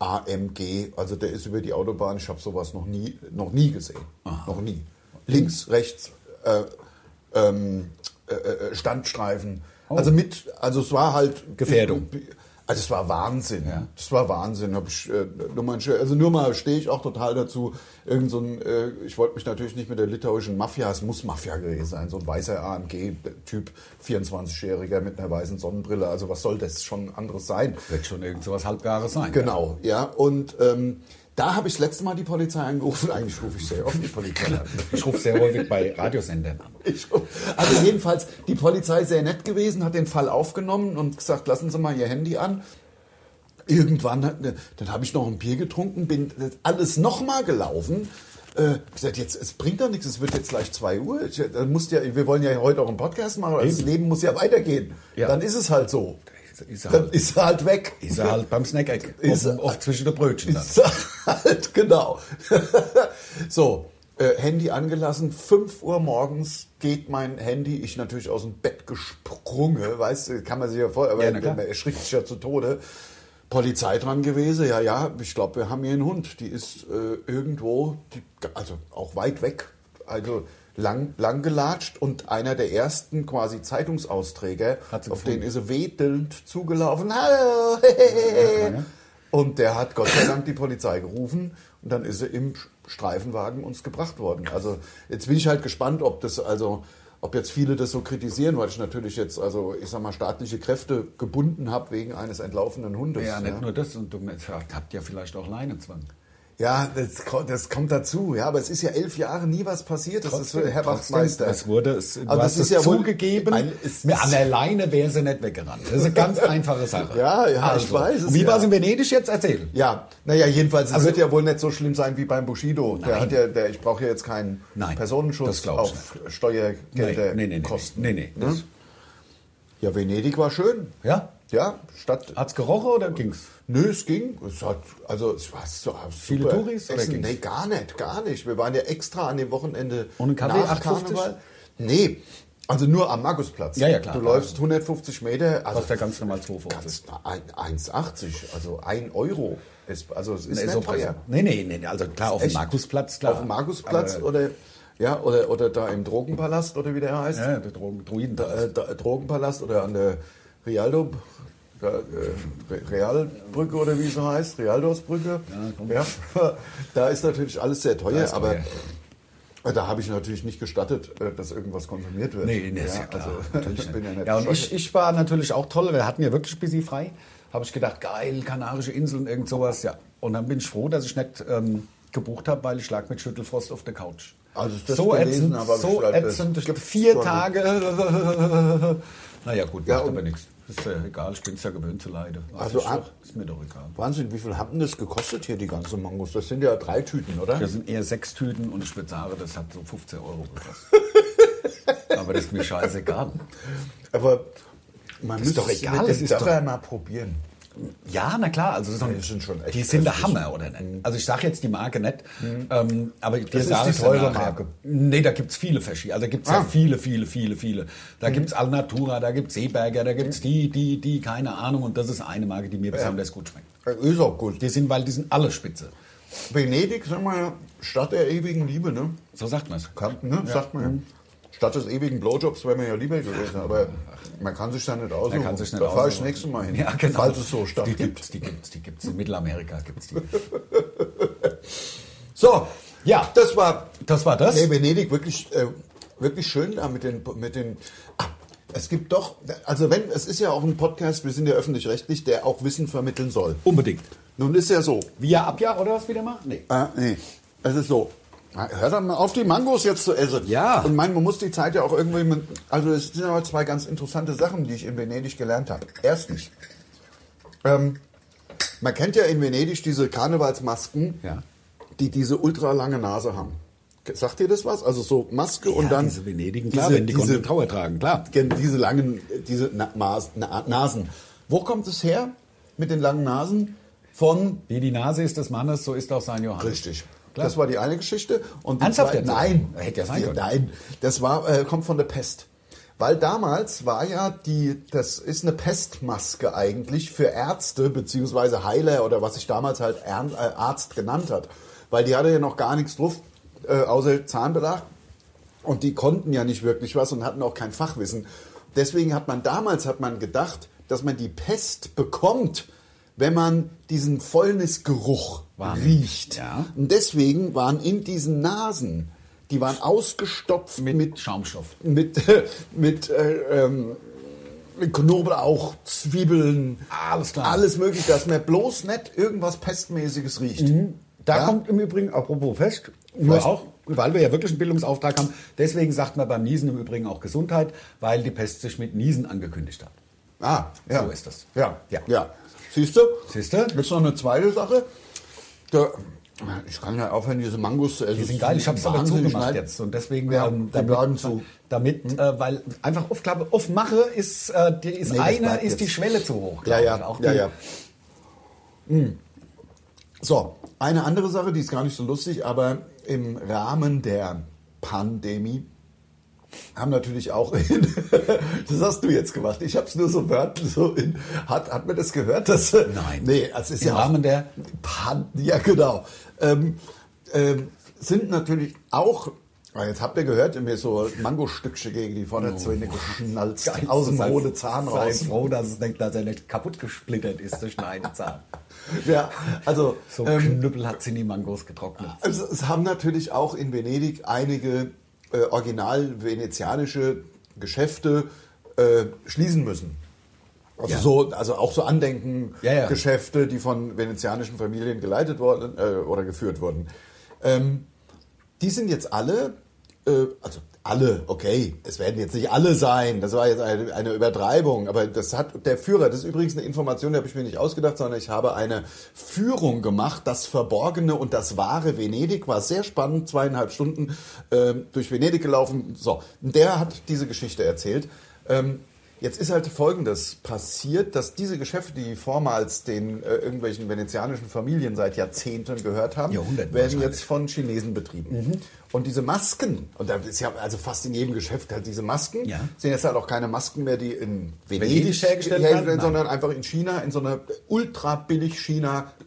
Speaker 2: AMG, also der ist über die Autobahn. Ich habe sowas noch nie, noch nie gesehen, noch nie. Links, rechts. Äh, ähm, äh, äh, Standstreifen. Also mit, also es war halt
Speaker 1: Gefährdung.
Speaker 2: Also es war Wahnsinn.
Speaker 1: Ja.
Speaker 2: Das war Wahnsinn. Hab ich, äh, nur mal ein Schö- also nur mal stehe ich auch total dazu. Irgend so ein, äh, ich wollte mich natürlich nicht mit der litauischen Mafia, es muss Mafia gewesen sein, so ein weißer AMG-Typ, 24-Jähriger mit einer weißen Sonnenbrille. Also was soll das schon anderes sein?
Speaker 1: Wird schon irgend sowas Halbgares sein.
Speaker 2: Genau, ja. Und ähm, da habe ich das letzte Mal die Polizei angerufen. Eigentlich rufe ich sehr oft die Polizei an.
Speaker 1: Ich rufe sehr häufig bei Radiosendern an.
Speaker 2: Ich- Also jedenfalls, die Polizei sehr nett gewesen, hat den Fall aufgenommen und gesagt, lassen Sie mal Ihr Handy an. Irgendwann, hat- ne, dann habe ich noch ein Bier getrunken, bin das alles nochmal gelaufen. Äh, gesagt, jetzt, es bringt doch nichts, es wird jetzt gleich 2 Uhr. Ich, äh, dann musst ja, wir wollen ja heute auch einen Podcast machen, aber das Leben muss ja weitergehen.
Speaker 1: Ja.
Speaker 2: Dann ist es halt so.
Speaker 1: Ist- ist er
Speaker 2: dann
Speaker 1: halt.
Speaker 2: ist er halt weg.
Speaker 1: Ist er halt beim Snack-Eck.
Speaker 2: Ist er-
Speaker 1: Oft, oft zwischen den Brötchen dann.
Speaker 2: Ist halt, genau. so, äh, Handy angelassen, 5 Uhr morgens geht mein Handy, ich natürlich aus dem Bett gesprungen, weißt du, kann man sich ja vor, aber
Speaker 1: Ja, na klar.
Speaker 2: man erschrickt sich ja zu Tode. Polizei dran gewesen, ja, ja, ich glaube, wir haben hier einen Hund, die ist äh, irgendwo, die, also auch weit weg, also lang, lang gelatscht und einer der ersten quasi Zeitungsausträger,
Speaker 1: Hat sie
Speaker 2: auf
Speaker 1: gefunden.
Speaker 2: den ist er wedelnd zugelaufen, hallo, hehehe.
Speaker 1: ja.
Speaker 2: Und der hat Gott sei Dank die Polizei gerufen und dann ist er im Streifenwagen uns gebracht worden. Also jetzt bin ich halt gespannt, ob das also ob jetzt viele das so kritisieren, weil ich natürlich jetzt also ich sag mal staatliche Kräfte gebunden habe wegen eines entlaufenen Hundes.
Speaker 1: Ja,
Speaker 2: ja.
Speaker 1: nicht nur das. Und du habt ja vielleicht auch Leinenzwang.
Speaker 2: Ja, das, ko- das kommt dazu. Ja, aber es ist ja elf Jahre nie was passiert. Das ist
Speaker 1: Trotzdem-
Speaker 2: so, Herr
Speaker 1: trotzdem,
Speaker 2: Wachtmeister.
Speaker 1: Es wurde, es, du
Speaker 2: Aber
Speaker 1: hast es
Speaker 2: wohl-
Speaker 1: zugegeben,
Speaker 2: Nein, es,
Speaker 1: mir an der Leine wäre sie nicht weggerannt. Das ist eine ganz einfache Sache. Also,
Speaker 2: Ja, ja, ich weiß es,
Speaker 1: Wie
Speaker 2: ja.
Speaker 1: war es in Venedig jetzt? Erzähl.
Speaker 2: ja, naja, jedenfalls,
Speaker 1: Also-
Speaker 2: es wird ja wohl nicht so schlimm sein wie beim Bushido. Der hat ja, der, ich brauche ja jetzt keinen
Speaker 1: Nein, das
Speaker 2: Personenschutz
Speaker 1: glaub ich
Speaker 2: auf Steuergelder
Speaker 1: nee, nee, nee,
Speaker 2: kosten.
Speaker 1: nee, nee,
Speaker 2: Ne? Ja, Venedig war schön.
Speaker 1: Ja?
Speaker 2: Ja, Stadt.
Speaker 1: Hat's gerochen oder ging's?
Speaker 2: Nö, es ging. Es hat, also es war so super.
Speaker 1: Viele Touris oder
Speaker 2: Essen.
Speaker 1: ging's?
Speaker 2: Nee, gar nicht, gar nicht. Wir waren ja extra an dem Wochenende
Speaker 1: Ohne Kaffee,
Speaker 2: nach
Speaker 1: 8,50?
Speaker 2: Karneval. Nee, Also nur am Markusplatz.
Speaker 1: Ja, ja, klar.
Speaker 2: Du läufst 150 Meter. Also
Speaker 1: Kostet ja ganz normal 2,50.
Speaker 2: ganz- ein- 1,80. Also 1 Euro. Ist, also es ist
Speaker 1: Nee,
Speaker 2: nicht
Speaker 1: so
Speaker 2: teuer.
Speaker 1: nee, nee, nee, also klar, auf dem
Speaker 2: Echt?
Speaker 1: Markusplatz, klar.
Speaker 2: Auf dem Markusplatz
Speaker 1: Aber,
Speaker 2: oder, ja, oder, oder da im Drogenpalast oder wie der heißt.
Speaker 1: ja, der Drogen, Druiden.
Speaker 2: Äh, da, Drogenpalast oder an der Rialdo, da, äh, Re- Realbrücke oder wie sie heißt, Rialdosbrücke. Ja, da ist natürlich alles sehr teuer,
Speaker 1: ist
Speaker 2: aber äh,
Speaker 1: teuer.
Speaker 2: da habe ich natürlich nicht gestattet, äh, dass irgendwas konsumiert wird.
Speaker 1: Nee, nee, ist ja klar.
Speaker 2: Also, ich bin ja nicht
Speaker 1: Ja, und
Speaker 2: bescheuert.
Speaker 1: ich, ich war natürlich auch toll, wir hatten ja wirklich ein bisschen frei. Habe ich gedacht, geil, Kanarische Inseln, irgend sowas, ja. Und dann bin ich froh, dass ich nicht ähm, gebucht habe, weil ich lag mit Schüttelfrost auf der Couch.
Speaker 2: Also ist das
Speaker 1: so
Speaker 2: gelesen,
Speaker 1: ätzend,
Speaker 2: aber
Speaker 1: so
Speaker 2: beschreibt es.
Speaker 1: ätzend, ich glaube
Speaker 2: Gibt's
Speaker 1: vier
Speaker 2: schon.
Speaker 1: Tage. naja gut,
Speaker 2: Ja,
Speaker 1: macht
Speaker 2: und-
Speaker 1: aber nichts. Ist ja egal, ich bin es ja gewöhnt zu leiden.
Speaker 2: Also
Speaker 1: ist,
Speaker 2: ab-
Speaker 1: doch, ist mir doch egal.
Speaker 2: Wahnsinn, wie viel haben denn das gekostet hier, die ganzen Mangos? Das sind ja drei Tüten, oder?
Speaker 1: Das sind eher sechs Tüten und ich würde sagen, das hat so 15 Euro gekostet. aber das ist mir scheißegal.
Speaker 2: Aber man
Speaker 1: ist doch egal,
Speaker 2: mit
Speaker 1: das
Speaker 2: dem
Speaker 1: ist doch-
Speaker 2: Dörrer mal probieren.
Speaker 1: Ja, na klar, also so ein,
Speaker 2: Die sind schon echt
Speaker 1: die sind der
Speaker 2: köstlich.
Speaker 1: Hammer, oder nicht? Also ich sage jetzt die Marke nicht, ähm, aber ich-
Speaker 2: Das
Speaker 1: wir
Speaker 2: ist die
Speaker 1: sagen's
Speaker 2: teure
Speaker 1: danach.
Speaker 2: Marke.
Speaker 1: Nee, da gibt's viele verschiedene, also gibt's
Speaker 2: Ah. Mhm.
Speaker 1: ja viele, viele, viele, viele. Da gibt's Alnatura, da gibt's Seeberger, da gibt's die, die, die, keine Ahnung und das ist eine Marke, die mir besonders gut schmeckt.
Speaker 2: Äh, Ist auch gut.
Speaker 1: Die sind, weil die sind alle spitze,
Speaker 2: Venedig, sagen wir ja, Stadt der ewigen Liebe, ne?
Speaker 1: so sagt man's.
Speaker 2: Kann, ne? Sagt man ja.
Speaker 1: Mhm.
Speaker 2: Statt des ewigen Blowjobs wäre mir ja lieber gewesen, aber man kann sich da nicht aussuchen.
Speaker 1: Man kann sich nicht
Speaker 2: da fahre ich das
Speaker 1: aussuchen.
Speaker 2: nächste Mal hin,
Speaker 1: Ja, genau.
Speaker 2: falls es so Stadt
Speaker 1: die
Speaker 2: gibt.
Speaker 1: gibt's, die gibt's, die gibt's. In Mittelamerika gibt's die.
Speaker 2: So,
Speaker 1: Ja.
Speaker 2: das war
Speaker 1: Das war das.
Speaker 2: Nee, Venedig wirklich, äh, wirklich schön da mit den, mit den. Ah, es gibt doch, also wenn, es ist ja auch ein Podcast, wir sind ja öffentlich-rechtlich, der auch Wissen vermitteln soll.
Speaker 1: Unbedingt.
Speaker 2: Nun ist ja so,
Speaker 1: Via Abja oder was wieder mal? Nee.
Speaker 2: äh, nee, es ist so. Na, Hör doch mal auf, die Mangos jetzt zu essen.
Speaker 1: Ja.
Speaker 2: Und mein, man muss die Zeit ja auch irgendwie. Mit, also, es sind aber zwei ganz interessante Sachen, die ich in Venedig gelernt habe. Erstens, ähm, man kennt ja in Venedig diese Karnevalsmasken,
Speaker 1: Ja.
Speaker 2: die diese ultralange Nase haben. Sagt ihr das was? Also so Maske und dann
Speaker 1: diese Venedigen, klar, wenn die konnten Trauer tragen, klar.
Speaker 2: Gen- diese langen diese Na Mas Na Nasen. Wo kommt es her mit den langen Nasen? Von
Speaker 1: Wie die Nase ist des Mannes, so ist auch sein Johannes.
Speaker 2: Richtig. Das war die eine Geschichte. Und die
Speaker 1: Ernsthaft
Speaker 2: zweite-
Speaker 1: jetzt?
Speaker 2: Nein,
Speaker 1: Hätte ja sein
Speaker 2: die,
Speaker 1: können.
Speaker 2: nein. Das war, äh, kommt von der Pest. Weil damals war ja die, das ist eine Pestmaske eigentlich für Ärzte beziehungsweise Heiler oder was sich damals halt Ern- äh, Arzt genannt hat. Weil die hatte ja noch gar nichts drauf, äh, außer Zahnbelag. Und die konnten ja nicht wirklich was und hatten auch kein Fachwissen. Deswegen hat man damals hat man gedacht, dass man die Pest bekommt, wenn man diesen Fäulnisgeruch
Speaker 1: Wahnsinn.
Speaker 2: riecht.
Speaker 1: Ja.
Speaker 2: Und deswegen waren in diesen Nasen, die waren ausgestopft
Speaker 1: Mit,
Speaker 2: mit
Speaker 1: Schaumstoff.
Speaker 2: mit, mit, äh, ähm, mit Knoblauch, Zwiebeln,
Speaker 1: Alles klar.
Speaker 2: alles möglich, dass man bloß nicht irgendwas pestmäßiges riecht.
Speaker 1: Da
Speaker 2: Ja?
Speaker 1: kommt im Übrigen, apropos Fest, nur
Speaker 2: Fest.
Speaker 1: auch, weil wir ja wirklich einen Bildungsauftrag haben, deswegen sagt man beim Niesen im Übrigen auch Gesundheit, weil die Pest sich mit Niesen angekündigt hat.
Speaker 2: Ah, ja.
Speaker 1: So ist das.
Speaker 2: Ja,
Speaker 1: Ja.
Speaker 2: ja. ja. Siehst du?
Speaker 1: Siehst du?
Speaker 2: Jetzt noch eine zweite Sache. Da, ich kann ja aufhören, diese Mangos zu essen.
Speaker 1: Die sind geil, ich habe es aber
Speaker 2: Wahnsinnig
Speaker 1: zugemacht
Speaker 2: leid.
Speaker 1: jetzt und deswegen,
Speaker 2: Ja,
Speaker 1: ähm,
Speaker 2: die bleiben zu. Hm?
Speaker 1: damit äh, weil einfach Aufklappe, aufmache ist, äh, die ist
Speaker 2: Nee, das
Speaker 1: eine,
Speaker 2: bleibt
Speaker 1: ist die
Speaker 2: jetzt.
Speaker 1: Schwelle zu hoch. glaub
Speaker 2: Ja,
Speaker 1: ich.
Speaker 2: ja,
Speaker 1: Auch
Speaker 2: ja,
Speaker 1: die-
Speaker 2: ja. Mm. So, eine andere Sache, die ist gar nicht so lustig, aber im Rahmen der Pandemie haben natürlich auch in, das hast du jetzt gemacht, ich habe es nur so wörtlich, so in, hat, hat man das gehört? Dass,
Speaker 1: Nein.
Speaker 2: Nee, es ist
Speaker 1: Im
Speaker 2: ja
Speaker 1: Rahmen
Speaker 2: auch,
Speaker 1: der-
Speaker 2: Pan, ja genau, ähm, ähm, sind natürlich auch, ah, jetzt habt ihr gehört, mir ist so Mangostückchen gegen die
Speaker 1: Oh,
Speaker 2: Vorderzähne geschnallt, aus dem
Speaker 1: Sei-
Speaker 2: roten Zahn
Speaker 1: sei
Speaker 2: raus.
Speaker 1: froh, dass, es nicht, dass er nicht kaputt gesplittert ist, der Schneidezahn.
Speaker 2: Ja, also
Speaker 1: So
Speaker 2: ähm,
Speaker 1: Knüppel hat sie in die Mangos getrocknet.
Speaker 2: es, es haben natürlich auch in Venedig einige äh, original venezianische Geschäfte äh, schließen müssen. Also,
Speaker 1: Ja.
Speaker 2: so, also auch so Andenken,
Speaker 1: Ja, ja.
Speaker 2: Geschäfte, die von venezianischen Familien geleitet wurden äh, oder geführt wurden. Ähm, die sind jetzt alle, äh, also alle, okay, es werden jetzt nicht alle sein, das war jetzt eine, eine Übertreibung, aber das hat der Führer, das ist übrigens eine Information, die habe ich mir nicht ausgedacht, sondern ich habe eine Führung gemacht, das Verborgene und das wahre Venedig, war sehr spannend, zweieinhalb Stunden ähm, durch Venedig gelaufen, so, Und der hat diese Geschichte erzählt. Ähm, Jetzt ist halt Folgendes passiert, dass diese Geschäfte, die vormals den äh, irgendwelchen venezianischen Familien seit Jahrzehnten gehört haben,
Speaker 1: Jahrhunderten
Speaker 2: werden
Speaker 1: wahrscheinlich.
Speaker 2: jetzt von Chinesen betrieben.
Speaker 1: Mhm.
Speaker 2: Und diese Masken, und da ist ja also fast in jedem Geschäft halt diese Masken,
Speaker 1: Ja.
Speaker 2: sind jetzt halt auch keine Masken mehr, die in Venedig,
Speaker 1: Venedig hergestellt werden? Nein.
Speaker 2: sondern einfach in China, in so einer ultra billig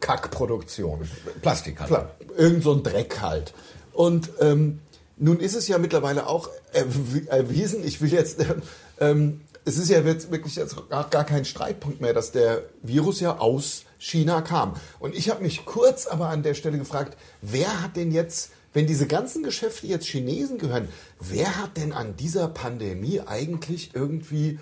Speaker 2: China-Kackproduktion.
Speaker 1: Plastik halt.
Speaker 2: Klar, irgend so ein Dreck halt. Und ähm, nun ist es ja mittlerweile auch erw- erwiesen, ich will jetzt, ähm, es ist ja jetzt wirklich jetzt gar, gar kein Streitpunkt mehr, dass der Virus ja aus China kam. Und ich habe mich kurz aber an der Stelle gefragt, wer hat denn jetzt, wenn diese ganzen Geschäfte jetzt Chinesen gehören, wer hat denn an dieser Pandemie eigentlich irgendwie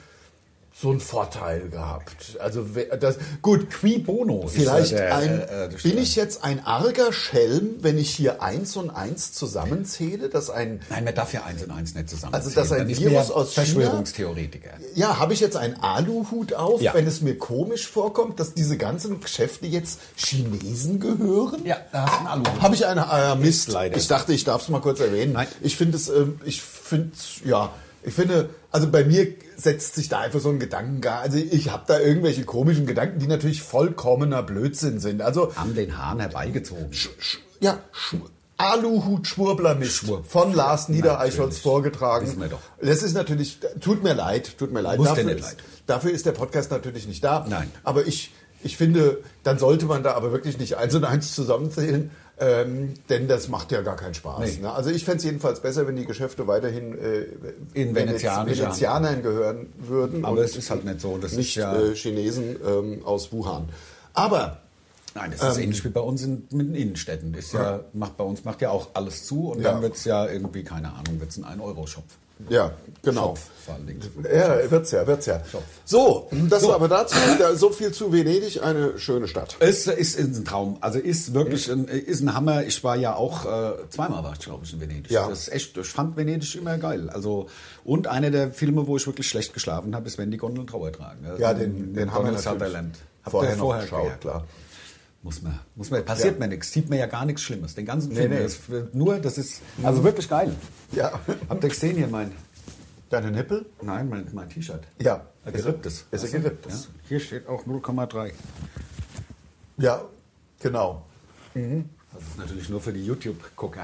Speaker 2: so einen Vorteil gehabt? Also wer, das, gut,
Speaker 1: Qui bono ist
Speaker 2: Vielleicht
Speaker 1: da der,
Speaker 2: ein,
Speaker 1: äh, äh, der
Speaker 2: bin ich jetzt ein arger Schelm, wenn ich hier eins und eins zusammenzähle, dass ein
Speaker 1: Nein, man darf ja eins und eins nicht zusammen.
Speaker 2: Also, dass ein
Speaker 1: Dann ist
Speaker 2: Virus
Speaker 1: man ja
Speaker 2: aus China-
Speaker 1: Verschwörungstheoretiker.
Speaker 2: ja, habe ich jetzt einen Aluhut auf,
Speaker 1: Ja.
Speaker 2: wenn es mir komisch vorkommt, dass diese ganzen Geschäfte jetzt Chinesen gehören?
Speaker 1: Ja, da hast du einen Aluhut.
Speaker 2: Habe ich eine äh, Mist
Speaker 1: leider.
Speaker 2: Ich dachte, ich darf es mal kurz erwähnen.
Speaker 1: Nein.
Speaker 2: Ich finde es, ähm, ich finde ja, ich finde, also bei mir setzt sich da einfach so ein Gedankengang. Also ich habe da irgendwelche komischen Gedanken, die natürlich vollkommener Blödsinn sind. Also
Speaker 1: Haben den Hahn herbeigezogen.
Speaker 2: Sch- Sch- ja, Sch- Aluhut-Schwurbler-Mist von Lars Niedereichholz
Speaker 1: Natürlich.
Speaker 2: vorgetragen.
Speaker 1: Wissen wir doch.
Speaker 2: Das ist natürlich, tut mir leid, tut mir leid.
Speaker 1: Muss
Speaker 2: dafür,
Speaker 1: dir nicht
Speaker 2: ist,
Speaker 1: leid.
Speaker 2: dafür ist der Podcast natürlich nicht da.
Speaker 1: Nein.
Speaker 2: Aber ich, ich finde, dann sollte man da aber wirklich nicht eins und eins zusammenzählen, ähm, denn das macht ja gar keinen Spaß.
Speaker 1: Nee.
Speaker 2: Ne? Also ich fände es jedenfalls besser, wenn die Geschäfte weiterhin äh,
Speaker 1: In
Speaker 2: Venez-
Speaker 1: venezianischer Hand.
Speaker 2: Venezianern gehören würden.
Speaker 1: Aber
Speaker 2: und
Speaker 1: es ist halt nicht so. Das
Speaker 2: nicht
Speaker 1: ist ja.
Speaker 2: äh, Chinesen ähm, aus Wuhan. Aber
Speaker 1: nein, das
Speaker 2: ähm,
Speaker 1: ist ähnlich wie bei uns in, mit den Innenstädten. Ist ja, macht bei uns macht ja auch alles zu und
Speaker 2: Ja.
Speaker 1: dann wird's ja irgendwie, keine Ahnung, wird's ein 1-Euro-Shop.
Speaker 2: ja, genau.
Speaker 1: Shop vor allen Dingen.
Speaker 2: Ja, wird's ja, wird's ja. So, das war aber dazu. Da, so viel zu Venedig, eine schöne Stadt.
Speaker 1: Es ist ein Traum. Also ist wirklich ein, ist ein Hammer. Ich war ja auch äh, zweimal war ich glaube ich in Venedig.
Speaker 2: Ja.
Speaker 1: Das ist echt, ich fand Venedig immer geil. Also und einer der Filme, wo ich wirklich schlecht geschlafen habe, ist wenn die Gondeln Trauer tragen. Also
Speaker 2: Ja, den, den haben wir
Speaker 1: Donald
Speaker 2: natürlich
Speaker 1: Sutherland. Habt ihr
Speaker 2: vorher noch
Speaker 1: ja.
Speaker 2: geschaut, klar.
Speaker 1: Muss man, muss man, passiert
Speaker 2: Ja.
Speaker 1: mir nichts, sieht mir ja gar nichts Schlimmes. Den ganzen
Speaker 2: Nee,
Speaker 1: Film,
Speaker 2: nee.
Speaker 1: Das, wird nur, das ist, also wirklich geil.
Speaker 2: Ja.
Speaker 1: Habt ihr gesehen hier mein,
Speaker 2: Deine Nippel?
Speaker 1: nein, mein, mein T-Shirt?
Speaker 2: Ja.
Speaker 1: Ein geripptes.
Speaker 2: Ist ein geripptes.
Speaker 1: Ja. Hier steht auch 0,3.
Speaker 2: Ja, genau.
Speaker 1: Das ist natürlich nur für die YouTube-Gucker.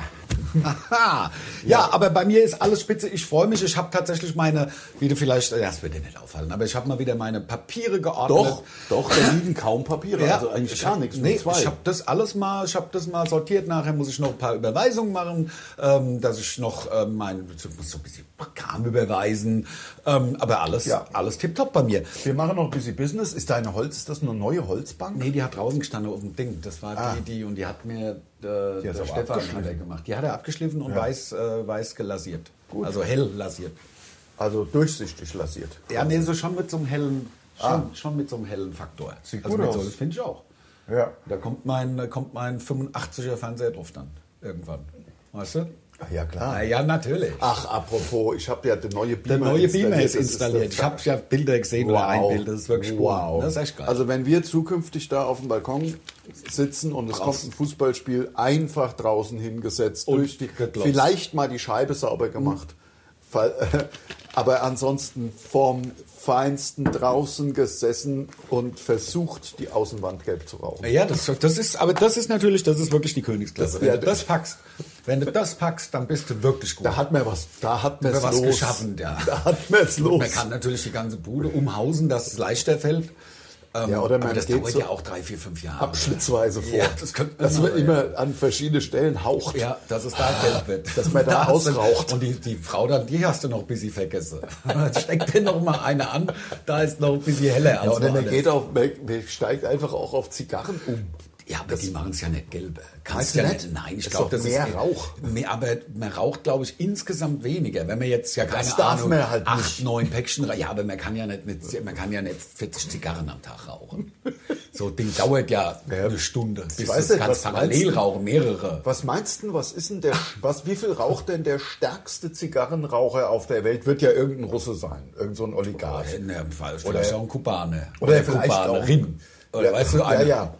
Speaker 1: ja, ja, aber bei mir ist alles spitze. Ich freue mich. Ich habe tatsächlich meine, wie du vielleicht, ja, das wird dir nicht auffallen, aber ich habe mal wieder meine Papiere geordnet.
Speaker 2: Doch, doch, da liegen kaum Papiere,
Speaker 1: Ja,
Speaker 2: also eigentlich
Speaker 1: ich
Speaker 2: gar
Speaker 1: hab-
Speaker 2: nichts, nur
Speaker 1: Nee,
Speaker 2: zwei.
Speaker 1: ich habe das alles mal, ich habe das mal sortiert. Nachher muss ich noch ein paar Überweisungen machen, ähm, dass ich noch ähm, mein, ich muss so ein bisschen Kram überweisen. Ähm, aber alles,
Speaker 2: Ja.
Speaker 1: alles tipptopp bei mir.
Speaker 2: Wir machen noch ein bisschen Business. Ist deine Holz, ist das eine neue Holzbank?
Speaker 1: Nee, die hat draußen gestanden auf dem Ding. Das war die, die und die hat mir äh,
Speaker 2: Ah. Die
Speaker 1: der
Speaker 2: hat's aber
Speaker 1: Stefan hat er
Speaker 2: abgeschliffen.
Speaker 1: gemacht. Die hat er abgeschliffen und weiß, äh, weiß gelasiert.
Speaker 2: Gut.
Speaker 1: Also hell lasiert.
Speaker 2: Also durchsichtig lasiert.
Speaker 1: Ja, nee, so schon mit so einem hellen, schon, schon mit so einem hellen Faktor.
Speaker 2: Ah. Sieht
Speaker 1: also
Speaker 2: gut
Speaker 1: mit
Speaker 2: aus.
Speaker 1: So, das finde ich auch.
Speaker 2: Ja.
Speaker 1: Da kommt mein, da kommt mein 85er Fernseher drauf dann irgendwann. Weißt du?
Speaker 2: Ach Ah, Ja, klar. Ah,
Speaker 1: Na ja, natürlich.
Speaker 2: Ach, apropos, ich habe ja den neue
Speaker 1: Der
Speaker 2: Beamer
Speaker 1: neue Beamer ist
Speaker 2: Das eine
Speaker 1: installiert. Ich habe ja Bilder gesehen oder ein Bild. Das ist wirklich cool.
Speaker 2: Wow.
Speaker 1: Das ist echt geil.
Speaker 2: Also wenn wir zukünftig da auf dem Balkon sitzen und es kommt ein Fußballspiel, einfach draußen hingesetzt,
Speaker 1: Und
Speaker 2: durch die,
Speaker 1: geklotzt.
Speaker 2: vielleicht mal die Scheibe sauber gemacht. Fall- äh, Aber ansonsten vom Feinsten draußen gesessen und versucht, die Außenwand gelb zu rauchen.
Speaker 1: Ja, das, das ist, aber das ist natürlich, das ist wirklich die Königsklasse. Wenn
Speaker 2: Ja,
Speaker 1: du
Speaker 2: das-
Speaker 1: das packst, wenn du das packst, dann bist du wirklich gut.
Speaker 2: Da hat man was, da hat man
Speaker 1: Da
Speaker 2: es
Speaker 1: was
Speaker 2: los.
Speaker 1: geschaffen, ja.
Speaker 2: Da hat man es los.
Speaker 1: Man kann natürlich die ganze Bude umhausen, dass es leichter fällt. Ähm,
Speaker 2: Ja, oder man
Speaker 1: aber das
Speaker 2: geht
Speaker 1: dauert
Speaker 2: so
Speaker 1: ja auch drei, vier, fünf Jahre.
Speaker 2: abschnittsweise vor.
Speaker 1: Ja, das könnte man
Speaker 2: dass man
Speaker 1: aber,
Speaker 2: immer an verschiedene Stellen haucht.
Speaker 1: Ja, dass es da gelb wird.
Speaker 2: Ah, Dass man da
Speaker 1: hast du-
Speaker 2: ausraucht.
Speaker 1: Und die, die Frau dann, die hast du noch ein bisschen vergessen. Steckt dir noch mal eine an, da ist noch ein bisschen heller.
Speaker 2: Ja,
Speaker 1: als
Speaker 2: oder man
Speaker 1: woanders.
Speaker 2: geht auf, man, man steigt einfach auch auf Zigarren um.
Speaker 1: Ja, aber die machen es ja nicht gelb.
Speaker 2: Meinst
Speaker 1: Kannst
Speaker 2: du
Speaker 1: ja
Speaker 2: nicht?
Speaker 1: nicht. Nein, ich
Speaker 2: Ist
Speaker 1: glaube,
Speaker 2: doch
Speaker 1: das
Speaker 2: mehr
Speaker 1: ist
Speaker 2: Rauch.
Speaker 1: Mehr, aber man raucht, glaube ich, insgesamt weniger. Wenn man jetzt ja keine
Speaker 2: Das darf
Speaker 1: Ahnung,
Speaker 2: man halt
Speaker 1: acht, neun Päckchen raucht. Ja, aber man kann ja nicht, mit, man kann ja nicht 40 Zigarren am Tag rauchen. So ein Ding dauert ja,
Speaker 2: Ja.
Speaker 1: eine Stunde, bis
Speaker 2: weiß
Speaker 1: das
Speaker 2: nicht,
Speaker 1: ganz
Speaker 2: was meinst
Speaker 1: parallel
Speaker 2: du?
Speaker 1: rauchen, mehrere.
Speaker 2: Was meinst du, was ist denn der, was, wie viel raucht denn der stärkste Zigarrenraucher auf der Welt? Wird ja irgendein Russe sein, irgendein so ein Oligarch.
Speaker 1: In der Fall, vielleicht auch ein Kubaner.
Speaker 2: Oder
Speaker 1: eine
Speaker 2: vielleicht
Speaker 1: Kubanerin.
Speaker 2: auch.
Speaker 1: Oder
Speaker 2: ja,
Speaker 1: weißt du,
Speaker 2: ja,
Speaker 1: eine,
Speaker 2: ja.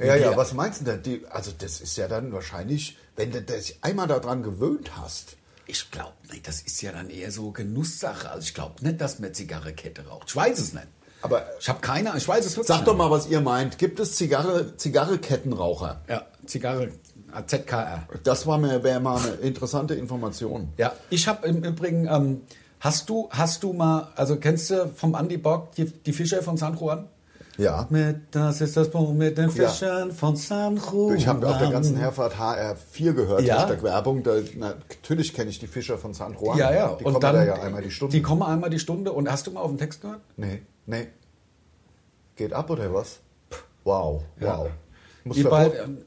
Speaker 2: Ja, ja,
Speaker 1: Ja.
Speaker 2: was meinst du denn? Die, also das ist ja dann wahrscheinlich, wenn du dich einmal daran gewöhnt hast,
Speaker 1: Ich glaube nicht, das ist ja dann eher so Genusssache. Also ich glaube nicht, dass man Zigarrekette raucht. Ich weiß es nicht.
Speaker 2: Aber-
Speaker 1: ich habe keine Ahnung. Ich weiß es wirklich
Speaker 2: Sagt
Speaker 1: nicht.
Speaker 2: doch mal, was ihr meint. Gibt es Zigarre, Zigarrekettenraucher?
Speaker 1: Ja, Zigarre, ah, ZKR.
Speaker 2: Das war mir, wäre mal eine interessante Information.
Speaker 1: Ja, ich habe im Übrigen, ähm, hast du, hast du mal, also kennst du vom Andy Bock die, die Fischer von San Juan?
Speaker 2: Ja.
Speaker 1: Mit, das ist das Buch mit den Fischern von San Juan.
Speaker 2: Ich habe auf der ganzen Herfahrt HR4 gehört,
Speaker 1: Oh, Ja.
Speaker 2: Hashtag Werbung. Da, na, natürlich kenne ich die Fischer von San Juan.
Speaker 1: ja, ja.
Speaker 2: Die kommen da ja einmal die Stunde.
Speaker 1: Die kommen einmal die Stunde. Und hast du mal auf den Text gehört?
Speaker 2: nee, nee. Geht ab oder was? Wow, wow. Muss
Speaker 1: Die
Speaker 2: verrückt-
Speaker 1: bald, ähm,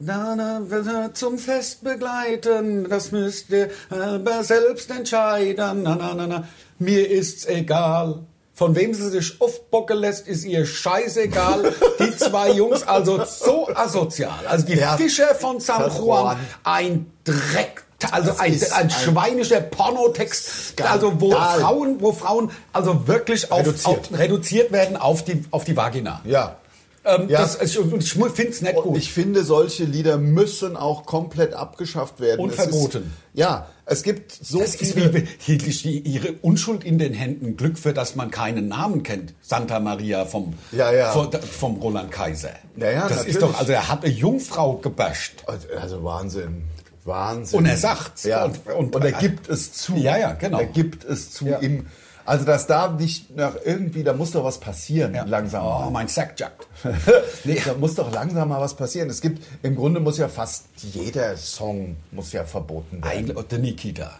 Speaker 1: na, na, wir sind zum Fest begleiten, das müsst ihr aber selbst entscheiden. Na, na, na, na, mir ist's egal. Von wem sie sich aufbocken lässt, ist ihr scheißegal. Die zwei Jungs, also so asozial. Also die
Speaker 2: Ja.
Speaker 1: Fischer von San
Speaker 2: San
Speaker 1: Juan,
Speaker 2: Juan.
Speaker 1: ein Dreck. Also
Speaker 2: Das
Speaker 1: ein,
Speaker 2: ist
Speaker 1: ein
Speaker 2: ein
Speaker 1: schweinischer Pornotext,
Speaker 2: Skandal.
Speaker 1: also wo Frauen, wo Frauen also wirklich auf,
Speaker 2: Reduziert.
Speaker 1: Auf, reduziert werden auf die, auf die Vagina.
Speaker 2: Ja.
Speaker 1: Ähm,
Speaker 2: Ja.
Speaker 1: Das, ich ich finde es nicht
Speaker 2: Und
Speaker 1: gut.
Speaker 2: ich finde, solche Lieder müssen auch komplett abgeschafft werden.
Speaker 1: Und
Speaker 2: Es ist-
Speaker 1: verboten.
Speaker 2: Ja, es gibt so
Speaker 1: Das ist
Speaker 2: viele...
Speaker 1: wie hielt ihre Unschuld in den Händen. Glück für, dass man keinen Namen kennt. Santa Maria vom,
Speaker 2: Ja, ja.
Speaker 1: Von, vom Roland Kaiser.
Speaker 2: Ja, ja,
Speaker 1: das
Speaker 2: natürlich.
Speaker 1: ist doch, also er hat eine Jungfrau gebasht.
Speaker 2: Also Wahnsinn. Wahnsinn.
Speaker 1: Und er sagt's.
Speaker 2: Ja.
Speaker 1: Und-
Speaker 2: Und,
Speaker 1: und-
Speaker 2: er gibt es zu.
Speaker 1: Ja, ja, genau.
Speaker 2: Er gibt es zu
Speaker 1: Ja.
Speaker 2: ihm. Also das darf nicht nach irgendwie, da muss doch was passieren langsam.
Speaker 1: Oh, mein Sack juckt.
Speaker 2: nee, da muss doch langsam mal was passieren. Es gibt, im Grunde muss ja fast jeder Song muss ja verboten werden.
Speaker 1: Eigentlich, und der Nikita.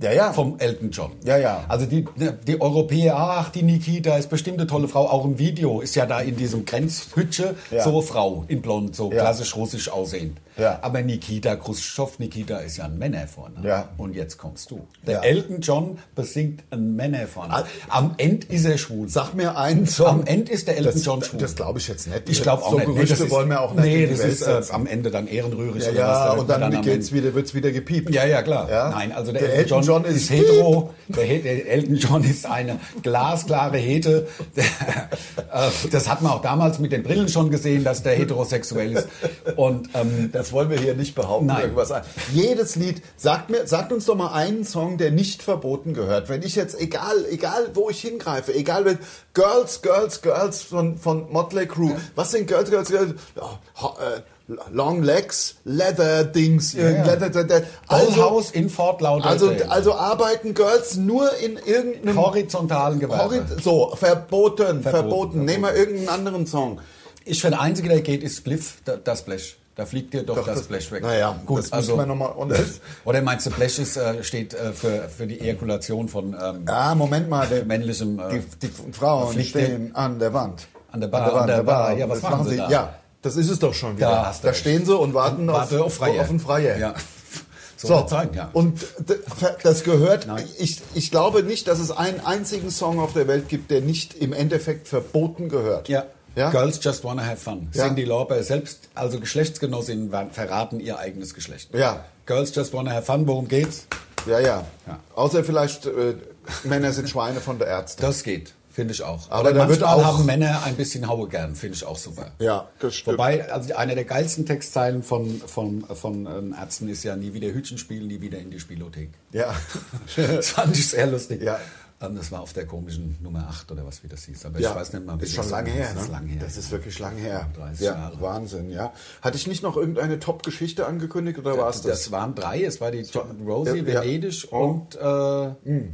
Speaker 2: Ja, ja.
Speaker 1: Vom Elton John.
Speaker 2: Ja, ja.
Speaker 1: Also die, die Europäer, ach, die Nikita ist bestimmt eine tolle Frau. Auch im Video ist ja da in diesem Grenzhütsche
Speaker 2: Ja.
Speaker 1: so eine Frau in blond, so
Speaker 2: Ja.
Speaker 1: klassisch russisch aussehend.
Speaker 2: Ja.
Speaker 1: Aber Nikita Khrushchev, Nikita ist ja ein Männervorname.
Speaker 2: Ja.
Speaker 1: Und jetzt kommst du. Der
Speaker 2: Ja.
Speaker 1: Elton John besingt einen Männervornamen.
Speaker 2: Ah.
Speaker 1: Am Ende ist er schwul.
Speaker 2: Sag mir einen Song.
Speaker 1: Am Ende ist der Elton
Speaker 2: das,
Speaker 1: John schwul.
Speaker 2: Das glaube ich jetzt nicht.
Speaker 1: ich glaube auch
Speaker 2: so
Speaker 1: nicht.
Speaker 2: Gerüchte
Speaker 1: das ist-
Speaker 2: wollen wir auch nicht.
Speaker 1: Nee,
Speaker 2: in die
Speaker 1: das
Speaker 2: Welt
Speaker 1: ist äh,
Speaker 2: setzen.
Speaker 1: am Ende dann ehrenrührig.
Speaker 2: Ja,
Speaker 1: oder was, da
Speaker 2: ja,
Speaker 1: hört
Speaker 2: und
Speaker 1: man
Speaker 2: dann,
Speaker 1: am
Speaker 2: geht's
Speaker 1: Ende.
Speaker 2: wieder, wird's wieder gepiept.
Speaker 1: Ja, ja, klar.
Speaker 2: Ja?
Speaker 1: Nein, also der,
Speaker 2: der
Speaker 1: Elton, John, ist, hetero.
Speaker 2: piep.
Speaker 1: Der, He- der Elton John ist eine glasklare Hete. Der, äh, das hat man auch damals mit den Brillen schon gesehen, dass der heterosexuell ist. Und ähm,
Speaker 2: Das wollen wir hier nicht behaupten.
Speaker 1: Nein.
Speaker 2: Irgendwas. Jedes Lied, sagt, mir, sagt uns doch mal einen Song, der nicht verboten gehört. Wenn ich jetzt, egal, egal wo ich hingreife, egal wenn Girls, Girls, Girls von, von Motley Crue, was sind Girls, Girls, Girls? Ja, ho- äh, Long Legs, Leather Dings,
Speaker 1: Ja, ja.
Speaker 2: äh, Leather, da, da. also,
Speaker 1: Dollhouse in Fort Lauderdale.
Speaker 2: also, also arbeiten Girls nur in irgendeinem
Speaker 1: horizontalen Gewerbe.
Speaker 2: Horizont. So, verboten, verboten.
Speaker 1: verboten.
Speaker 2: Nehmen wir irgendeinen anderen Song.
Speaker 1: ich finde, der einzige, der geht, ist Spliff, da- das Blech. Da fliegt dir doch, das Blech weg.
Speaker 2: Naja,
Speaker 1: gut,
Speaker 2: das
Speaker 1: also.
Speaker 2: müssen wir nochmal.
Speaker 1: Oder meinst du, Blech ist, äh, steht äh, für, für die Ejakulation von ähm,
Speaker 2: Ah, Moment mal. Der,
Speaker 1: männlichem. Äh,
Speaker 2: Die, die Frauen
Speaker 1: Fliegt der-
Speaker 2: stehen an der Wand.
Speaker 1: An der Bar, an der Bar. Ja, was machen sie da?
Speaker 2: Ja, das ist es doch schon wieder.
Speaker 1: Da
Speaker 2: Da,
Speaker 1: hast du recht.
Speaker 2: stehen sie und warten
Speaker 1: Warte
Speaker 2: auf,
Speaker 1: auf Freie.
Speaker 2: auf einen Freier.
Speaker 1: Ja. So,
Speaker 2: So,
Speaker 1: so. Zeit, ja.
Speaker 2: und d- ver- das gehört,
Speaker 1: Nein.
Speaker 2: ich, ich glaube nicht, dass es einen einzigen Song auf der Welt gibt, der nicht im Endeffekt verboten gehört.
Speaker 1: Ja.
Speaker 2: ja?
Speaker 1: Girls just wanna have fun.
Speaker 2: Ja.
Speaker 1: Cindy Lauper selbst, also Geschlechtsgenossinnen ver- verraten ihr eigenes Geschlecht.
Speaker 2: Ja.
Speaker 1: Girls just wanna have fun, worum geht's?
Speaker 2: ja, ja.
Speaker 1: Ja.
Speaker 2: Außer vielleicht äh, Männer sind Schweine von der Ärzte.
Speaker 1: Das geht, finde ich auch.
Speaker 2: Aber da wird
Speaker 1: manchmal
Speaker 2: auch-
Speaker 1: haben Männer ein bisschen Haue gern, finde ich auch super.
Speaker 2: Ja, das stimmt.
Speaker 1: Wobei, also einer der geilsten Textzeilen von, von, von ähm, Ärzten ist ja nie wieder Hütchen spielen, nie wieder in die Spielothek.
Speaker 2: Ja.
Speaker 1: Das fand ich sehr lustig.
Speaker 2: Ja.
Speaker 1: Ähm, Das war auf der komischen Nummer 8 oder was wie das hieß. Aber
Speaker 2: ja,
Speaker 1: ich weiß nicht mal, wie
Speaker 2: ist
Speaker 1: das
Speaker 2: schon lange
Speaker 1: war.
Speaker 2: her.
Speaker 1: Das ist
Speaker 2: ne?
Speaker 1: lange her.
Speaker 2: Das ist wirklich lange her.
Speaker 1: 30
Speaker 2: ja,
Speaker 1: Jahre.
Speaker 2: Wahnsinn, ja. Hatte ich nicht noch irgendeine Top-Geschichte angekündigt oder war es
Speaker 1: Das,
Speaker 2: das?
Speaker 1: waren drei. Es war die John Rosie,
Speaker 2: Ja, Hm, ja.
Speaker 1: Venedig und äh,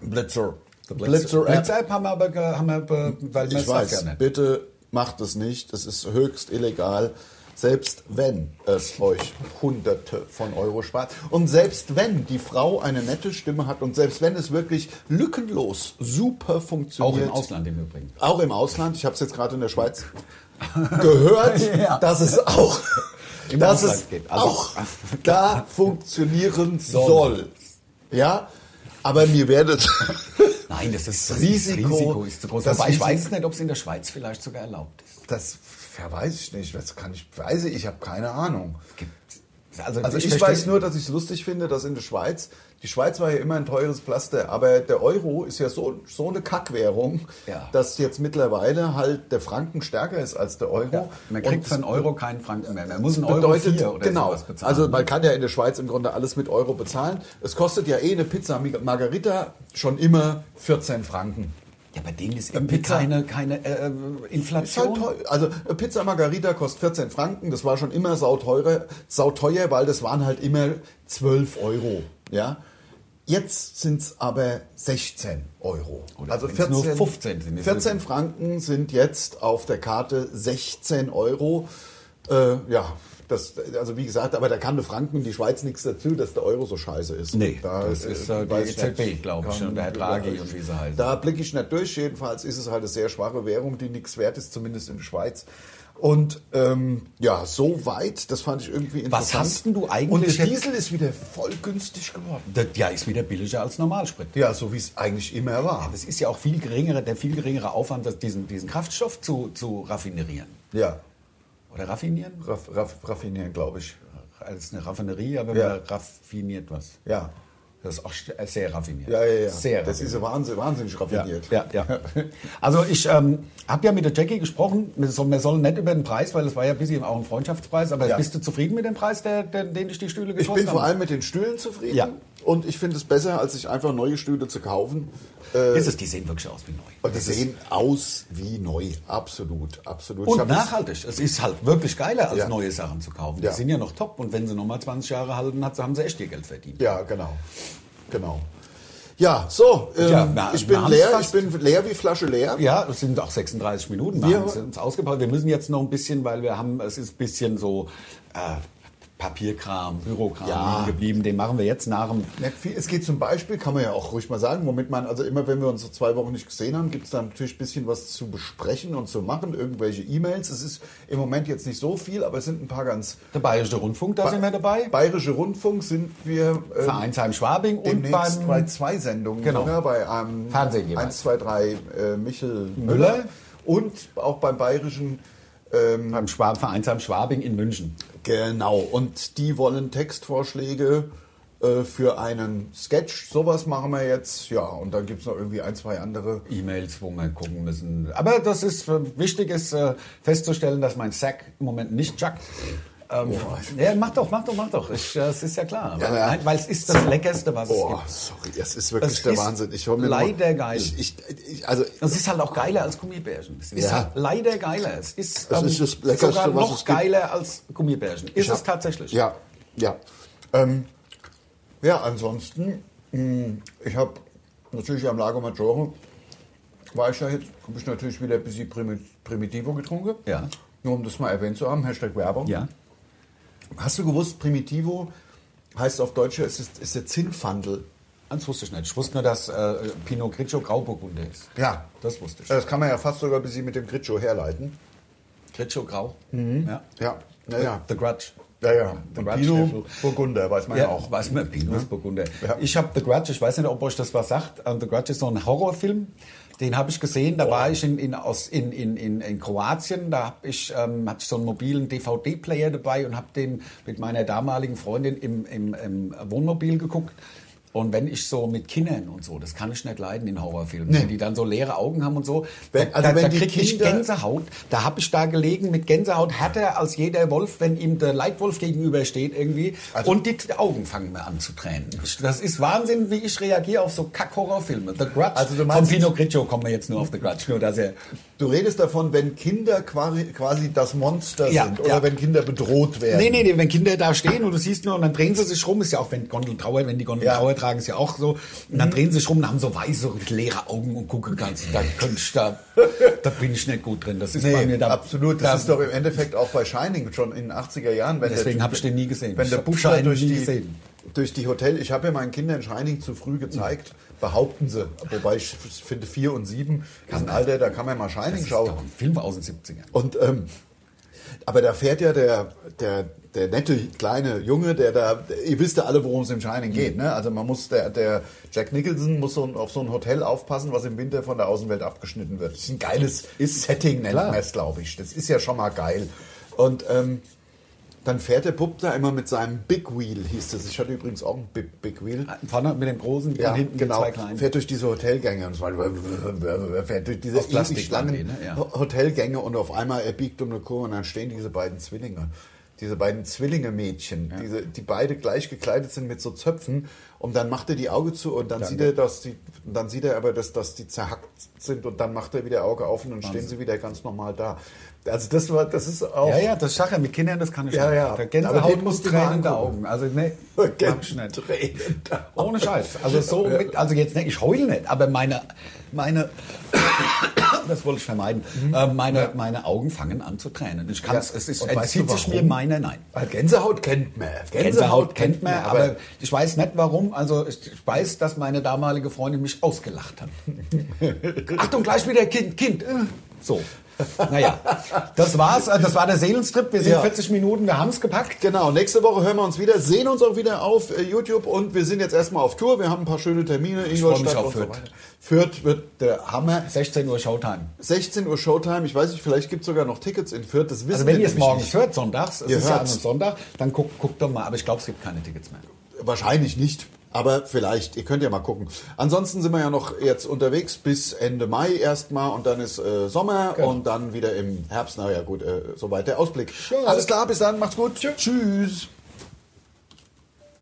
Speaker 2: Blitzer.
Speaker 1: The
Speaker 2: Blitzer, App.
Speaker 1: Blitzer haben wir aber, ge- haben wir be- weil wir
Speaker 2: Hm, Ich
Speaker 1: es
Speaker 2: weiß,
Speaker 1: ja nicht.
Speaker 2: bitte macht es nicht. Es ist höchst illegal. Selbst wenn es euch Hunderte von Euro spart und selbst wenn die Frau eine nette Stimme hat und selbst wenn es wirklich lückenlos super funktioniert.
Speaker 1: Auch im Ausland im Übrigen.
Speaker 2: Auch im Ausland. Ich habe es jetzt gerade in der Schweiz gehört,
Speaker 1: Ja.
Speaker 2: dass es auch,
Speaker 1: Im
Speaker 2: dass
Speaker 1: Ausland
Speaker 2: es
Speaker 1: geht. Also-
Speaker 2: auch da funktionieren
Speaker 1: Soll.
Speaker 2: soll. Ja, aber mir werdet
Speaker 1: Nein, das ist das
Speaker 2: Risiko-
Speaker 1: Risiko ist zu groß.
Speaker 2: das
Speaker 1: Aber ich
Speaker 2: Risiko-
Speaker 1: weiß es nicht, ob es in der Schweiz vielleicht sogar erlaubt ist.
Speaker 2: das ja, weiß ich nicht. Das kann ich weiß ich. Ich habe keine Ahnung.
Speaker 1: Also,
Speaker 2: Also ich,
Speaker 1: verstehe-
Speaker 2: weiß nur, dass ich es lustig finde, dass in der Schweiz, die Schweiz war ja immer ein teures Pflaster, aber der Euro ist ja so, so eine Kackwährung,
Speaker 1: Ja.
Speaker 2: dass jetzt mittlerweile halt der Franken stärker ist als der Euro.
Speaker 1: Ja, man kriegt
Speaker 2: Und
Speaker 1: für einen
Speaker 2: das
Speaker 1: Euro keinen Franken mehr. Man muss einen Euro
Speaker 2: bedeutet,
Speaker 1: vier oder
Speaker 2: genau,
Speaker 1: sowas bezahlen. ne?
Speaker 2: also man kann ja in der Schweiz im Grunde alles mit Euro bezahlen. Es kostet ja eh eine Pizza Margarita schon immer 14 Franken.
Speaker 1: ja, bei denen ist irgendwie
Speaker 2: Pizza-
Speaker 1: keine, keine äh,
Speaker 2: Ist halt
Speaker 1: Inflation.
Speaker 2: teuer. Also äh, Pizza Margarita kostet 14 Franken, das war schon immer sauteuer, sauteuer weil das waren halt immer 12 Euro. Ja? Jetzt sind es aber 16 Euro.
Speaker 1: Oder wenn's Oh, nur 15 sind, ist
Speaker 2: 14 Franken sind jetzt auf der Karte 16 Euro. Äh, ja, das, also wie gesagt, aber da kann der Franken, die Schweiz nichts dazu, dass der Euro so scheiße ist.
Speaker 1: Nee,
Speaker 2: da
Speaker 1: das ist, äh, die
Speaker 2: weiß ich
Speaker 1: EZB,
Speaker 2: nicht.
Speaker 1: glaub ich,
Speaker 2: Kann-
Speaker 1: und der Herr Draghi und wie sie heißen.
Speaker 2: Da blicke Äh, ich nicht durch. Jedenfalls ist es halt eine sehr schwache Währung, die nichts wert ist, zumindest in der Schweiz. Und ähm, ja, so weit, das fand ich irgendwie interessant.
Speaker 1: Was hast denn du eigentlich
Speaker 2: Und der
Speaker 1: jetzt-
Speaker 2: Diesel ist wieder voll günstig geworden.
Speaker 1: Das, ja, ist wieder billiger als Normalsprit.
Speaker 2: Ja, so wie es eigentlich immer war.
Speaker 1: Das ist ja auch viel geringere, der viel geringere Aufwand, das, diesen, diesen Kraftstoff zu, zu raffinerieren.
Speaker 2: Ja,
Speaker 1: Oder raffinieren?
Speaker 2: raff, raff, raffinieren, glaube ich.
Speaker 1: Das ist eine Raffinerie, aber
Speaker 2: Ja.
Speaker 1: man raffiniert was.
Speaker 2: Ja,
Speaker 1: Das ist auch st- äh, sehr raffiniert.
Speaker 2: ja, ja. ja.
Speaker 1: Sehr
Speaker 2: das
Speaker 1: raffiniert.
Speaker 2: ist wahnsinnig, wahnsinnig raffiniert.
Speaker 1: Ja, ja, ja. Also ich ähm, habe ja mit der Jackie gesprochen. Wir sollen, wir sollen nicht über den Preis, weil es war ja ein bisschen auch ein Freundschaftspreis. Aber
Speaker 2: Ja.
Speaker 1: bist du zufrieden mit dem Preis, der, der, den ich die Stühle gekostet
Speaker 2: Ich bin vor
Speaker 1: haben?
Speaker 2: allem mit den Stühlen zufrieden.
Speaker 1: Ja.
Speaker 2: Und ich finde es besser, als sich einfach neue Stühle zu kaufen. äh,
Speaker 1: Ist es, die sehen wirklich aus wie neu.
Speaker 2: Und die sehen aus wie neu. Absolut, absolut. Ich
Speaker 1: Und
Speaker 2: hab das-
Speaker 1: nachhaltig. Es ist halt wirklich geiler, als
Speaker 2: Ja.
Speaker 1: neue Sachen zu kaufen.
Speaker 2: Ja.
Speaker 1: Die sind ja noch top. Und wenn sie nochmal 20 Jahre halten, hat, haben sie echt ihr Geld verdient.
Speaker 2: Ja, genau. Genau. Ja, so. Ähm,
Speaker 1: Ja, na,
Speaker 2: ich
Speaker 1: wir
Speaker 2: bin
Speaker 1: haben's
Speaker 2: leer, ich
Speaker 1: fast.
Speaker 2: bin leer wie Flasche leer.
Speaker 1: Ja, es sind auch 36 Minuten.
Speaker 2: Wir-
Speaker 1: Wir haben uns ausgepackt. Wir müssen jetzt noch ein bisschen, weil wir haben, es ist ein bisschen so äh, Papierkram, Bürokram
Speaker 2: Ja.
Speaker 1: geblieben. Den machen wir jetzt nach dem
Speaker 2: Nicht viel. Es geht zum Beispiel, kann man ja auch ruhig mal sagen, womit man, also immer wenn wir uns so zwei Wochen nicht gesehen haben, gibt es da natürlich ein bisschen was zu besprechen und zu machen, irgendwelche E-Mails. Es ist im Moment jetzt nicht so viel, aber es sind ein paar ganz.
Speaker 1: Der Bayerische Rundfunk, da sind wir dabei.
Speaker 2: Bayerische Rundfunk sind wir ähm,
Speaker 1: Vereinsheim Schwabing und
Speaker 2: demnächst
Speaker 1: beim
Speaker 2: bei zwei Sendungen.
Speaker 1: Genau.
Speaker 2: sogar, bei ähm,
Speaker 1: Fernsehen jeweils.
Speaker 2: 1, 2, 3 äh, Michel
Speaker 1: Müller.
Speaker 2: Müller und auch beim Bayerischen
Speaker 1: beim Schwab, Vereinsheim Schwabing in München.
Speaker 2: Genau, und die wollen Textvorschläge äh, für einen Sketch. Sowas machen wir jetzt. Ja, und dann gibt es noch irgendwie ein, zwei andere.
Speaker 1: E-Mails, wo wir gucken müssen. Aber das ist äh, wichtig, ist äh, festzustellen, dass mein Sack im Moment nicht juckt. Ähm, ja, mach doch, mach doch, mach doch. Ich, äh, es ist ja klar.
Speaker 2: Oh. Ja,
Speaker 1: weil,
Speaker 2: ja.
Speaker 1: nein, weil es ist das Leckerste, was es
Speaker 2: Oh,
Speaker 1: gibt.
Speaker 2: sorry, das ist wirklich
Speaker 1: Es
Speaker 2: der
Speaker 1: ist
Speaker 2: Wahnsinn. Ich hol mir noch-
Speaker 1: leider geil.
Speaker 2: Ich, ich, ich, also,
Speaker 1: Und Es ist halt auch geiler als Gummibärchen. Es ist
Speaker 2: Ja.
Speaker 1: halt leider geiler. Es ist, ähm,
Speaker 2: Das ist das Leckerste,
Speaker 1: sogar
Speaker 2: was
Speaker 1: noch
Speaker 2: es gibt.
Speaker 1: geiler als Gummibärchen. Ist es
Speaker 2: hab-
Speaker 1: tatsächlich.
Speaker 2: ja, ja. Ähm, ja, ansonsten, mh, ich habe natürlich am Lago Maggiore, war ich ja jetzt, habe ich natürlich wieder ein bisschen Primi- Primitivo getrunken.
Speaker 1: Ja.
Speaker 2: Nur um das mal erwähnt zu haben, Hashtag Werbung.
Speaker 1: ja.
Speaker 2: Hast du gewusst, Primitivo heißt auf Deutsch, es ist, ist der Zinnfandel.
Speaker 1: Das wusste ich nicht. Ich wusste nur, dass äh, Pinot Grigio Grauburgunder ist.
Speaker 2: Ja.
Speaker 1: Das wusste ich.
Speaker 2: Das kann man ja fast sogar ein bisschen mit dem Gritscho herleiten.
Speaker 1: Grigio Grau. Ja.
Speaker 2: Mhm. Ja, naja.
Speaker 1: The Grudge.
Speaker 2: Ja, ja.
Speaker 1: The
Speaker 2: Und
Speaker 1: Grudge,
Speaker 2: Pinot
Speaker 1: Steffel.
Speaker 2: Burgunder, weiß man ja, auch.
Speaker 1: weiß man, Pinot ist Burgunder.
Speaker 2: Ja.
Speaker 1: Ich habe The Grudge, ich weiß nicht, ob euch das was sagt. Ähm, The Grudge ist so ein Horrorfilm. Den habe ich gesehen, da
Speaker 2: Oh.
Speaker 1: war ich in, in, aus, in, in, in, in Kroatien, da hab ich, ähm, hatte ich so einen mobilen DVD-Player dabei und habe den mit meiner damaligen Freundin im, im, im Wohnmobil geguckt. Und wenn ich so mit Kindern und so, das kann ich nicht leiden in Horrorfilmen, wenn die dann so leere Augen haben und so,
Speaker 2: Wenn- also
Speaker 1: da,
Speaker 2: wenn
Speaker 1: da
Speaker 2: die
Speaker 1: krieg ich
Speaker 2: Kinder-
Speaker 1: Gänsehaut. Da habe ich da gelegen mit Gänsehaut härter als jeder Wolf, wenn ihm der Leitwolf gegenübersteht irgendwie.
Speaker 2: Also-
Speaker 1: und die Augen fangen mir an zu tränen. Ich- Das ist Wahnsinn, wie ich reagiere auf so Kack-Horrorfilme. The Grudge.
Speaker 2: Also du
Speaker 1: Von
Speaker 2: meinst-
Speaker 1: Pino Grigio kommen wir jetzt nur auf The Grudge, nur dass er
Speaker 2: Du redest davon, wenn Kinder quasi, quasi das Monster
Speaker 1: Ja,
Speaker 2: sind oder
Speaker 1: ja.
Speaker 2: wenn Kinder bedroht werden.
Speaker 1: Nee, nee, nee, wenn Kinder da stehen und du siehst nur, und dann drehen sie sich rum, ist ja auch, wenn Gondeln trauert, wenn die Gondeln
Speaker 2: Ja. Mhm.
Speaker 1: trauert, tragen, ist ja auch so. Und dann drehen sie sich rum und haben so weiße, leere Augen und gucken ganz, da könnte ich da, da bin ich nicht gut drin. Das ist bei mir da.
Speaker 2: absolut. Das
Speaker 1: da,
Speaker 2: ist doch im Endeffekt auch bei Shining schon in den 80er Jahren. Wenn
Speaker 1: Deswegen
Speaker 2: der-
Speaker 1: hab ich den nie gesehen.
Speaker 2: Wenn
Speaker 1: Ich
Speaker 2: der
Speaker 1: hab
Speaker 2: Buchstabe
Speaker 1: Shining
Speaker 2: durch
Speaker 1: nie
Speaker 2: die,
Speaker 1: gesehen.
Speaker 2: durch die Hotel, ich habe ja meinen Kindern Shining zu früh gezeigt, behaupten sie. Wobei ich finde, vier und sieben ist ein Alter, da kann man mal
Speaker 1: das
Speaker 2: Shining
Speaker 1: ist
Speaker 2: schauen.
Speaker 1: doch ein Film aus den 70ern.
Speaker 2: Und ähm, aber da fährt ja der, der, der nette kleine Junge, der da, der- ihr wisst ja alle, worum es im Shining geht. Ne? Also man muss, der, der Jack Nicholson muss so ein, auf so ein Hotel aufpassen, was im Winter von der Außenwelt abgeschnitten wird. Das ist ein geiles Setting, nennt man es, glaube ich. Das ist ja schon mal geil. Und ähm, Dann fährt der Bub da immer mit seinem Big Wheel, hieß das. Ich hatte übrigens auch ein Big, Big Wheel.
Speaker 1: Vorne mit dem großen
Speaker 2: Ja,
Speaker 1: und hinten
Speaker 2: genau.
Speaker 1: mit zwei kleinen.
Speaker 2: Fährt durch diese Hotelgänge und es war- fährt durch diese
Speaker 1: Aus Plastik
Speaker 2: ewig
Speaker 1: waren
Speaker 2: langen
Speaker 1: die, ne? Ja.
Speaker 2: Ho- Hotelgänge und auf einmal er biegt um eine Kurve und dann stehen diese beiden Zwillinge. Diese beiden Zwillinge-Mädchen, diese, die beide gleich gekleidet sind mit so Zöpfen. Und dann macht er die Augen zu und dann sieht er, dass die, und dann sieht er aber, dass, dass die zerhackt sind und dann macht er wieder Auge auf und dann stehen sie wieder ganz normal da. Also das war, das ist auch.
Speaker 1: Ja, ja, das Schachern mit Kindern, das kann ich
Speaker 2: Ja,
Speaker 1: schon.
Speaker 2: ja.
Speaker 1: Da
Speaker 2: Aber
Speaker 1: Gänsehaut
Speaker 2: den
Speaker 1: muss
Speaker 2: musst du
Speaker 1: Tränen
Speaker 2: mal
Speaker 1: der
Speaker 2: angucken.
Speaker 1: Augen. Also, nee, mach ich nicht.
Speaker 2: Tränen da.
Speaker 1: Ohne Scheiß. Also so mit, also jetzt nicht, ich heule nicht, aber meine, meine, das wollte ich vermeiden, äh, meine, meine Augen fangen an zu tränen. Ich kann es,
Speaker 2: Mhm. Ja.
Speaker 1: es ist,
Speaker 2: Und
Speaker 1: es
Speaker 2: weißt
Speaker 1: zieht
Speaker 2: du
Speaker 1: sich
Speaker 2: warum?
Speaker 1: mir meine, nein.
Speaker 2: Weil Gänsehaut kennt man.
Speaker 1: Gänsehaut kennt man, aber, ich weiß nicht warum. Also ich ich weiß, dass meine damalige Freundin mich ausgelacht hat. Achtung, gleich wieder Kind, Kind. äh. So. Naja, das war's. äh, Das war der Seelenstrip. Wir sind
Speaker 2: Ja.
Speaker 1: 40 Minuten, wir haben's gepackt.
Speaker 2: Genau, nächste Woche hören wir uns wieder, sehen uns auch wieder auf äh, YouTube und wir sind jetzt erstmal auf Tour. Wir haben ein paar schöne Termine. Ich
Speaker 1: freue mich auf Fürth.
Speaker 2: Fürth wird der Hammer.
Speaker 1: 16 Uhr Showtime.
Speaker 2: 16 Uhr Showtime. Ich weiß nicht, vielleicht gibt es sogar noch Tickets in Fürth. Das wissen
Speaker 1: Also wenn
Speaker 2: wir
Speaker 1: ihr es
Speaker 2: nämlich
Speaker 1: morgens
Speaker 2: nicht.
Speaker 1: hört, sonntags, es
Speaker 2: Ihr
Speaker 1: ist ja an einem
Speaker 2: hört's.
Speaker 1: Sonntag, dann guckt, guckt doch mal. Aber ich glaube, es gibt keine Tickets mehr.
Speaker 2: Wahrscheinlich nicht. Aber vielleicht, ihr könnt ja mal gucken. Ansonsten sind wir ja noch jetzt unterwegs bis Ende Mai erstmal und dann ist äh, Sommer
Speaker 1: Genau.
Speaker 2: und dann wieder im Herbst. Na ja, gut, äh, soweit der Ausblick. Alles klar, bis dann, macht's gut. Tschüss.